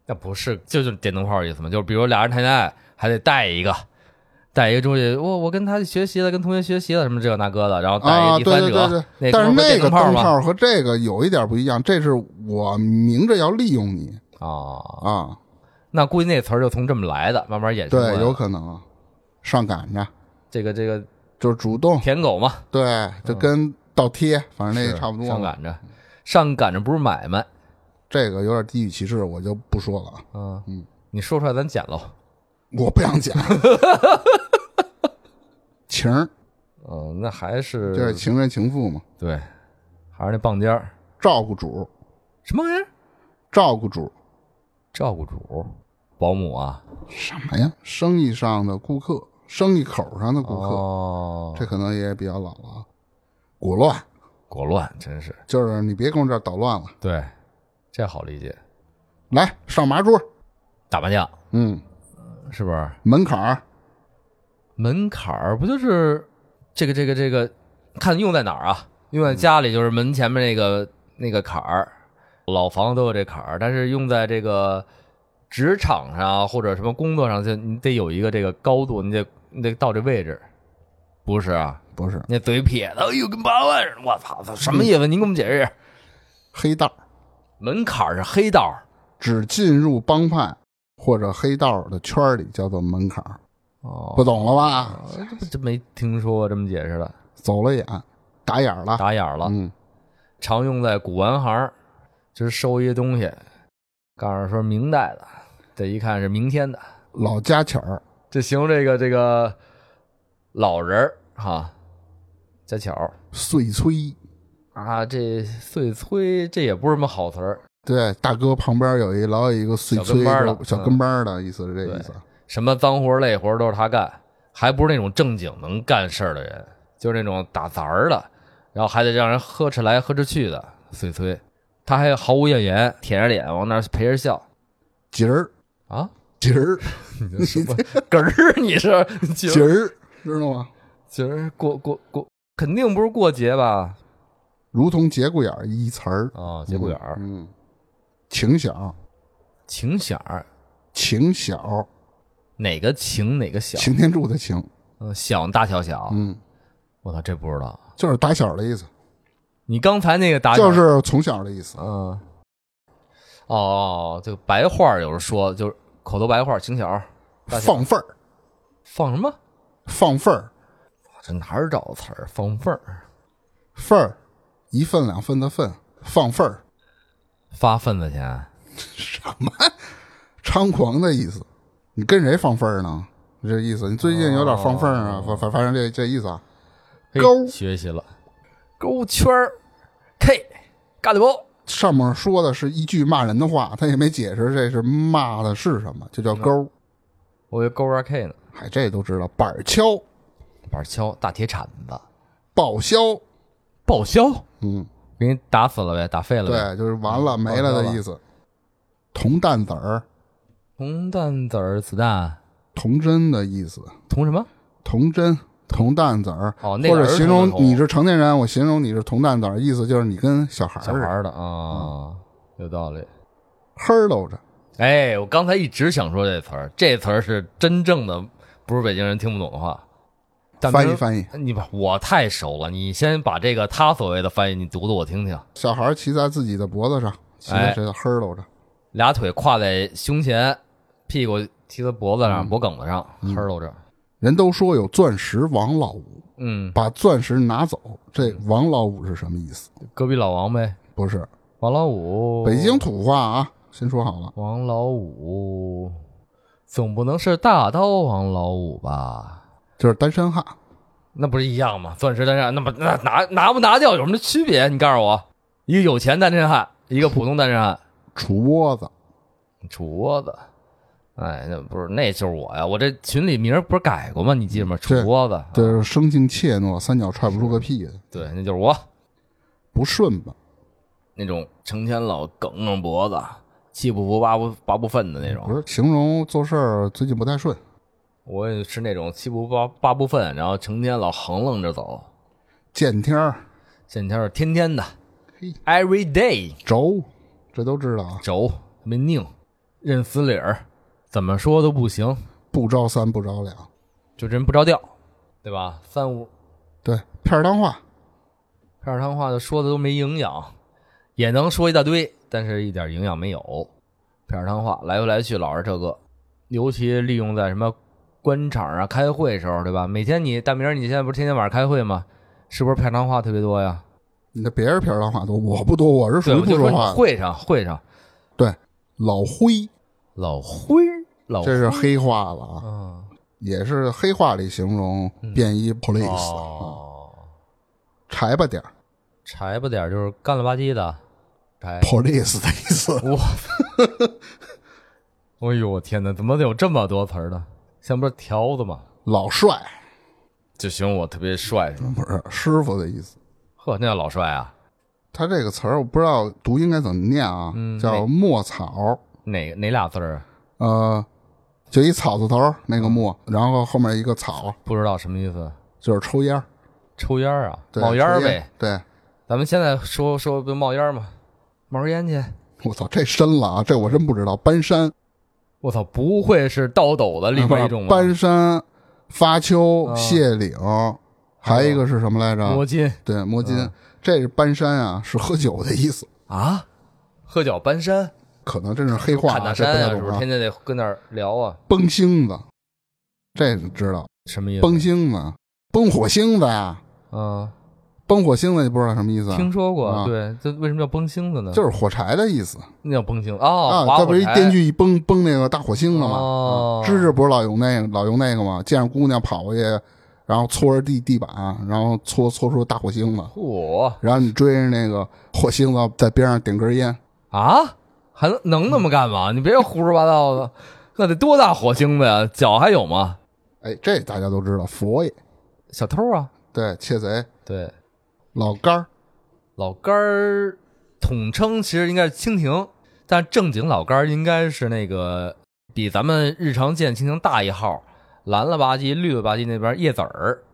A: 那不是，就是电灯泡意思嘛，就是比如俩人谈恋爱，还得带一个，带一个出去，我我跟他学习了，跟同学学习了，什么这个那个的，然后带
B: 啊，
A: 哦一
B: 对
A: 个第
B: 对对
A: 三者，
B: 对。
A: 哥
B: 但
A: 们
B: 是
A: 儿不是
B: 那
A: 电
B: 个灯
A: 灯泡吗？
B: 泡和这个有一点不一样，这是我明着要利用你
A: 啊，
B: 啊，
A: 那估计那词儿就从这么来的，慢慢衍生过来
B: 对，
A: 的。
B: 有可能啊，上赶着
A: 这个这个
B: 就是主
A: (laughs)
B: 动，
A: 舔狗嘛，
B: 对，就跟倒贴，反正那
A: 嗯是
B: 差不多
A: 上
B: 嘛。
A: 赶着，上赶着不是买卖，
B: 这个有点地域歧视，我就不说了啊，
A: 嗯你说出来咱捡喽。
B: 我不想
A: (laughs)
B: 讲。情儿
A: 嗯，那还
B: 就是
A: 是
B: 情人情妇嘛，
A: 对，还是那棒尖儿，
B: 照顾主，
A: 什么玩意儿？
B: 照顾主
A: 照顾主、保姆啊，
B: 什么哎呀？生意上的顾客，生意口上的顾客，
A: 哦，
B: 这可能也比较老了啊。裹乱
A: 果乱真是
B: 就是你别跟我这儿捣乱了，
A: 对，这好理解。
B: 来上麻桌，
A: 打麻将
B: 嗯，
A: 是不是
B: 门槛儿
A: 门槛儿不就是这个这个这个，看用在哪儿啊？用在家里就是门前面那个那个坎儿，老房都有这坎儿，但是用在这个职场上啊或者什么工作上，就你得有一个这个高度，你得你得到这位置，不是啊？
B: 不是
A: 那嘴撇的，哎呦，跟八万似的，我操，什么意思？您给我们解释一下。
B: 黑道，
A: 门槛儿是黑道儿
B: 只进入帮派或者黑道的圈儿里叫做门槛儿，
A: 哦，
B: 不懂了吧？
A: 不真没听说过这么解释的，
B: 走了眼，打眼儿了，
A: 打眼儿了。
B: 嗯，
A: 常用在古玩行儿，就是收一些东西，告诉说明代的，这一看是明天的，
B: 老家巧儿，
A: 这形容这个这个老人儿哈，家巧儿
B: 碎催。
A: 啊，这碎催这也不是什么好词儿，
B: 对，大哥旁边有一老有一个碎
A: 小
B: 催
A: 跟班儿的嗯
B: 小跟班儿的意思是这意思，
A: 什么脏活儿累活儿都是他干，还不是那种正经能干事儿的人，就是那种打杂儿的，然后还得让人呵哧来呵哧去的碎催，他还毫无怨言，舔着脸往那儿陪着笑
B: 节儿
A: 啊，
B: 节儿
A: (laughs) 你这什 (laughs) 么哏儿？啊 (laughs) 你是今
B: 节儿，知道吗？
A: 今儿过过过，肯定不是过节吧？
B: 如同节骨眼儿一词儿，
A: 啊，节骨眼儿，
B: 嗯，情小，
A: 情小儿，
B: 情小，
A: 哪个情哪个小？
B: 擎天柱的擎，
A: 嗯，小大小小，
B: 嗯，
A: 我操，这不知道。
B: 就是打小的意思，
A: 你刚才那个打小
B: 就是从小的意思，
A: 嗯，哦哦，这个白话儿有人说就是口头白话儿，情小儿大小
B: 放份儿，
A: 放什么？
B: 放份儿，
A: 这哪儿找词儿？放份儿，
B: 份儿，一份两份的份，放份儿， (laughs)
A: 发份子钱，
B: 猖狂的意思。你跟谁放份儿呢？这意思，你最近有点放份儿啊，反反反正这这意思啊。
A: 哦嘿
B: 勾
A: 学习了，勾圈儿，K，嘎里包，
B: 上面说的是一句骂人的话，他也没解释这是骂的是什么，就叫
A: 嗯
B: 勾。
A: 我以为勾着 K 呢，
B: 嗨，这都知道，板儿敲、
A: 板儿敲，大铁铲子，
B: 报销，
A: 报销。
B: 嗯，
A: 给你打死了呗，打废了嗯呗。
B: 对，就是完了没了的意思。铜蛋子儿，
A: 铜蛋子儿子弹，
B: 童真的意思，
A: 铜什么？
B: 童真。铜蛋子儿，
A: 哦那个
B: 或者
A: 儿童
B: 形容
A: 的童
B: 你是成年人，我形容你是铜蛋子儿，意思就是你跟小孩儿
A: 小
B: 似
A: 孩
B: 的
A: 儿的啊，
B: 嗯
A: 有道理。
B: ，hurl 着，
A: 哎，我刚才一直想说这词儿，这词儿是真正的，不是北京人听不懂的话。但
B: 翻
A: 明
B: 译
A: 儿
B: 翻译，
A: 你把我太熟了，你先把这个他所谓的翻译你读读我听听。
B: 小孩骑在自己的脖子上，骑
A: 哎
B: 在这个 hurdle 上，
A: 俩腿跨在胸前，屁股提在脖子上、脖梗子上，
B: 嗯
A: 哼儿搂着。
B: 人都说有钻石王老五，
A: 嗯，
B: 把钻石拿走，这王老五是什么意思？
A: 隔壁老王呗，
B: 不是
A: 王老五，
B: 北京土话啊，先说好了，
A: 王老五，总不能是大刀王老五吧？
B: 就是单身汉。
A: 那不是一样吗？钻石单身汉，那不那拿拿不拿掉有什么区别？你告诉我，一个有钱单身汉，一个普通单身汉，
B: 杵窝子，
A: 杵窝子。哎，那不是，那就是我呀！我这群里名儿不是改过吗？你记着吗？杵窝子，
B: 这是生性怯懦，三脚踹不出个屁，
A: 对，那就是我。
B: 不顺吧？
A: 那种成天老梗梗脖子，气不服八不八不忿的那
B: 不
A: 种。
B: 是形容做事儿最近不太顺，
A: 我也是那种气不服八八不忿，然后成天老横愣着走。
B: 见天儿
A: 现在是天天的
B: 嘿
A: ，every day
B: 轴，这都知道啊。
A: 轴没拧，认死理儿，怎么说都不行，
B: 不着三不着两，
A: 就人不着调，对吧？三五
B: 对，片儿当话，
A: 片儿汤话的说的都没营养，也能说一大堆，但是一点营养没有。片儿汤话来回来去老是这个，尤其利用在什么官场啊、开会时候，对吧？每天你大明儿，你现在不是天天晚上开会吗？是不是片儿汤话特别多呀？
B: 你的别人片儿当话多，我不多，我是属
A: 对，
B: 于
A: 我
B: 不
A: 就
B: 说
A: 说啊
B: 话的。
A: 会上会上，
B: 对，老灰，
A: 老灰儿老
B: 这是黑话了啊，
A: 嗯
B: 也是黑话里形容便衣 police，、
A: 哦，
B: 柴吧点儿，
A: 柴吧点儿就是干了吧唧的，柴。
B: police 的意思。
A: (laughs) 我，哎呦我天哪，怎么有这么多词儿呢？像不是条子吗？
B: 老帅
A: 就形容我特别帅是吗？
B: 不是师傅的意思。
A: 呵，那叫老帅啊？
B: 他这个词儿我不知道读应该怎么念啊，
A: 嗯
B: 叫墨草，
A: 哪哪俩字儿啊？
B: 呃，就一草字头儿那个墨，然后后面一个草，
A: 不知道什么意思？
B: 就是抽烟儿，
A: 抽烟儿啊，
B: 对
A: 冒烟儿
B: 抽
A: 呗。
B: 对，
A: 咱们现在说说不就冒烟儿吗？冒根烟去。
B: 我操，这深了啊，这我真不知道。搬山，
A: 我操，不会是倒斗的另外一种吧？啊
B: 搬啊山、发丘、卸岭，还有一个是什么来
A: 摸
B: 着？
A: 金
B: 对，摸金。
A: 嗯
B: 这是搬山啊，是喝酒的意思，
A: 啊，喝酒搬山，
B: 可能真是黑话
A: 看
B: 啊，
A: 大
B: 这不
A: 山
B: 太
A: 啊，是
B: 懂
A: 不是？
B: 啊。
A: 天天得跟那儿聊啊，
B: 崩星子，这你知道？
A: 什么意思？
B: 崩星子，崩火星子呀，
A: 啊，
B: 崩火星子，你不知道什么意思啊？
A: 听说
B: 啊
A: 过，对，这为什么叫崩星子呢？
B: 就是火柴的意思
A: 那叫崩星哦，
B: 啊，
A: 划
B: 这不
A: 火
B: 是一
A: 柴
B: 电锯一崩崩那个大火星了吗？啊
A: 哦，
B: 芝芝不是老用那个老用那个吗？见着姑娘跑过去，然后搓着地地板，然后搓搓出大火星子，
A: 嚯
B: 然后你追着那个火星子在边上点根烟，
A: 啊，还能能那么干吗？
B: (laughs)
A: 你别胡说八道的，那得多大火星子呀？脚还有吗？
B: 哎，这大家都知道，佛爷
A: 小偷啊，
B: 对窃贼
A: 对，
B: 老杆儿
A: 老杆儿统称其实应该是蜻蜓，但正经老杆儿应该是那个比咱们日常见蜻蜓大一号，蓝了吧唧、绿了吧唧那边叶子儿，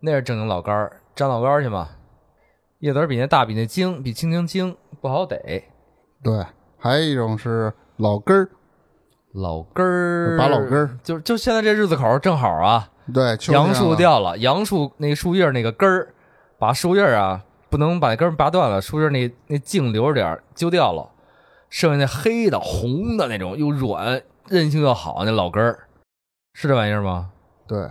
A: 那是正经老杆儿，粘老杆儿去嘛。叶子儿比那大，比那精，比蜻蜓精，不好逮。
B: 对，还有一种是老根儿，
A: 老根儿，
B: 拔老根儿，
A: 就就现在这日子口儿正好啊，
B: 对，秋天
A: 杨树
B: 了
A: 掉了，杨树那个树叶儿那个根儿，把树叶儿啊不能把根儿拔断了，树叶儿那那茎留着点儿揪掉了，剩下那黑的、红的那种又软，韧性又好那老根儿，是这玩意儿吗？
B: 对，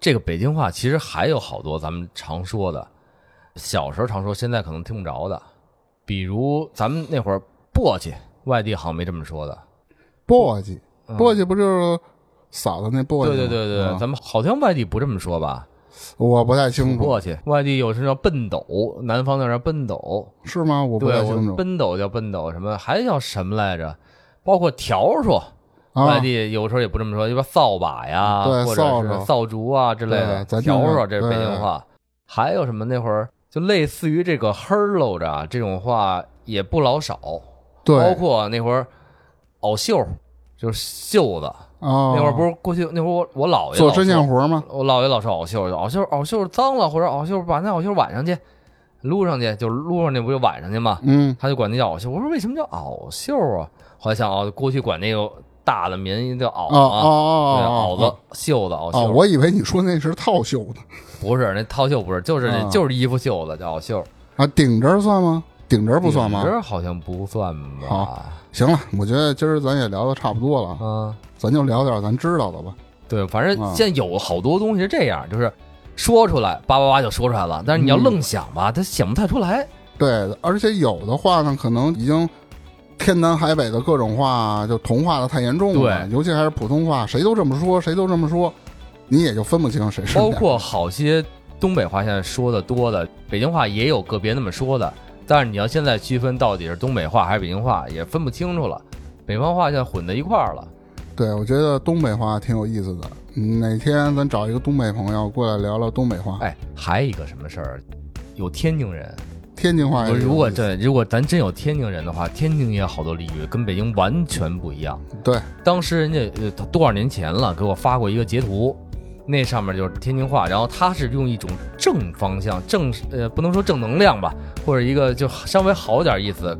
A: 这个北京话其实还有好多咱们常说的，小时候常说，现在可能听不着的，比如咱们那会儿簸箕，外地好像没这么说的。嗯
B: 簸箕，簸箕不就是嫂子那簸箕吗？
A: 对对对对，
B: 啊
A: 咱们好像外地不这么说吧？
B: 我不太清楚，
A: 簸箕，外地有是叫笨斗，南方那叫笨斗，
B: 是吗？我不
A: 对，
B: 太
A: 我
B: 清
A: 们
B: 楚
A: 奔斗叫奔斗，什么还叫什么来着？包括笤帚，
B: 啊
A: 外。地有时候也不这么说，一般扫把呀，
B: 对
A: 或者
B: 扫帚
A: 是扫帚啊之类的。
B: 对咱
A: 笤
B: 就是
A: 帚这是北
B: 对
A: 京话，还有什么那会儿就类似于这个嘿儿喽着啊这种话也不老少，包
B: 对，
A: 括那会儿袄袖，就是袖子。
B: 那
A: 那会儿不是过去那会儿我我姥爷
B: 啊做
A: 老
B: 针
A: 说
B: 线活吗？
A: 我姥爷老说袄袖，袄袖袄袖脏了，或者袄袖把那袄袖挽上去，撸上去，就撸上去不就挽上去吗？
B: 嗯，
A: 他就管那叫袄袖。我说为什么叫袄袖啊？后来想哦，过去管那个大的棉衣叫袄
B: 哦哦
A: 啊，
B: 哦
A: 对
B: 哦
A: 袄子、袖子、袄
B: 哦，
A: 袖。
B: 我以为你说那是套袖呢
A: 不是那套袖，不是，就是那
B: 啊
A: 就是衣服袖子叫袄袖，
B: 啊，顶着算吗？顶着不算吗？
A: 这好像不算
B: 好
A: 吧？
B: 行了，我觉得今儿咱也聊的差不多了，啊
A: 嗯，
B: 咱就聊点咱知道的吧。
A: 对，反正
B: 啊
A: 现在有好多东西是这样，就是说出来叭叭叭就说出来了，但是你要
B: 嗯
A: 愣想吧，他想不太出来。
B: 对，而且有的话呢，可能已经天南海北的各种话就同化的太严重了，
A: 对
B: 尤其还是普通话，谁都这么说，谁都这么说，你也就分不清谁是
A: 包
B: 哪
A: 括好些东北话现在说的多的，北京话也有个别那么说的，但是你要现在区分到底是东北话还是北京话，也分不清楚了。北方话现在混在一块儿了，
B: 对，我觉得东北话挺有意思的。嗯哪天咱找一个东北朋友过来聊聊东北话，
A: 哎，还有一个什么事儿，有天津人。
B: 天津话也有意思。
A: 如果对，如果咱真有天津人的话，天津也有好多俚语跟北京完全不一样。
B: 对
A: 当时人家呃多少年前了，给我发过一个截图，那上面就是天津话，然后他是用一种正方向、正呃不能说正能量吧，或者一个就稍微好点意思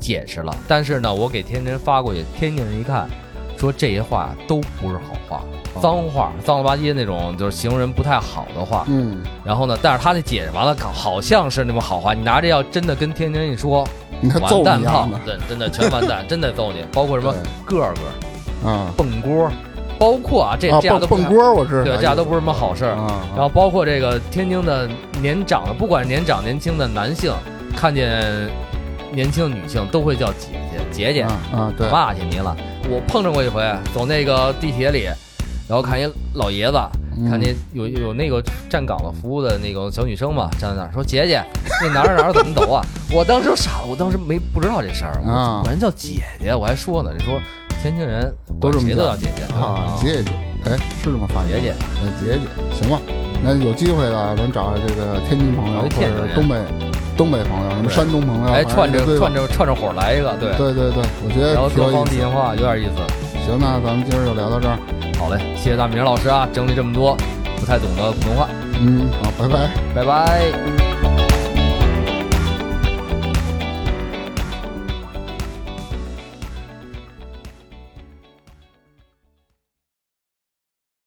A: 解释了。但是呢，我给天津人发过去，天津人一看，说这些话都不是好话，
B: 哦
A: 脏话、脏了吧唧那种，就是形容人不太好的话。
B: 嗯，
A: 然后呢，但是他那解释完了，好像是那么好话，你拿着要真的跟天津人一说，
B: 你看揍
A: 完蛋
B: 你
A: 炮
B: 样的，
A: 对，真的全
B: (laughs)
A: 完蛋，真的揍你，包括什么个儿个儿。
B: 啊
A: 蹦锅，包括啊，这
B: 啊
A: 这样都
B: 蹦
A: 不是
B: 蹦，锅，我知道，
A: 对，这样都不是什么好事儿。
B: 啊，
A: 然后包括这个天津的年长的，不管是年长年轻的男性，看见年轻的女性都会叫姐姐姐姐，
B: 啊啊对，
A: 骂起您了。我碰上过一回，走那个地铁里，然后看一老爷子
B: 嗯
A: 看那有有那个站岗了服务的那个小女生嘛，站在那儿说：“姐姐，那哪儿哪儿怎么抖啊？” (laughs) 我当时就傻了，我当时没不知道这事儿，
B: 啊
A: 我管人叫姐姐，我还说呢，你说天津人
B: 都这么
A: 管谁都
B: 叫
A: 叫姐姐啊
B: 啊，姐姐，哎，是这么发音吗
A: 姐姐，
B: 哎姐姐，行吧。那有机会了，咱找这个天津朋友，
A: 哎
B: 或
A: 天津
B: 者
A: 人
B: 东北东北朋友，什么
A: 对
B: 山东朋友，
A: 哎，
B: 反
A: 串
B: 正一
A: 着
B: 堆吧
A: 串着串着火来一个，对，
B: 对对对，我觉得
A: 然后
B: 挺有
A: 各
B: 意
A: 方
B: 思
A: 地形化有点意思。
B: 行，那咱们今儿就聊到这儿，
A: 好嘞，谢谢大明老师啊，整理这么多不太懂的普通话，
B: 嗯，好，拜拜。
A: 拜拜。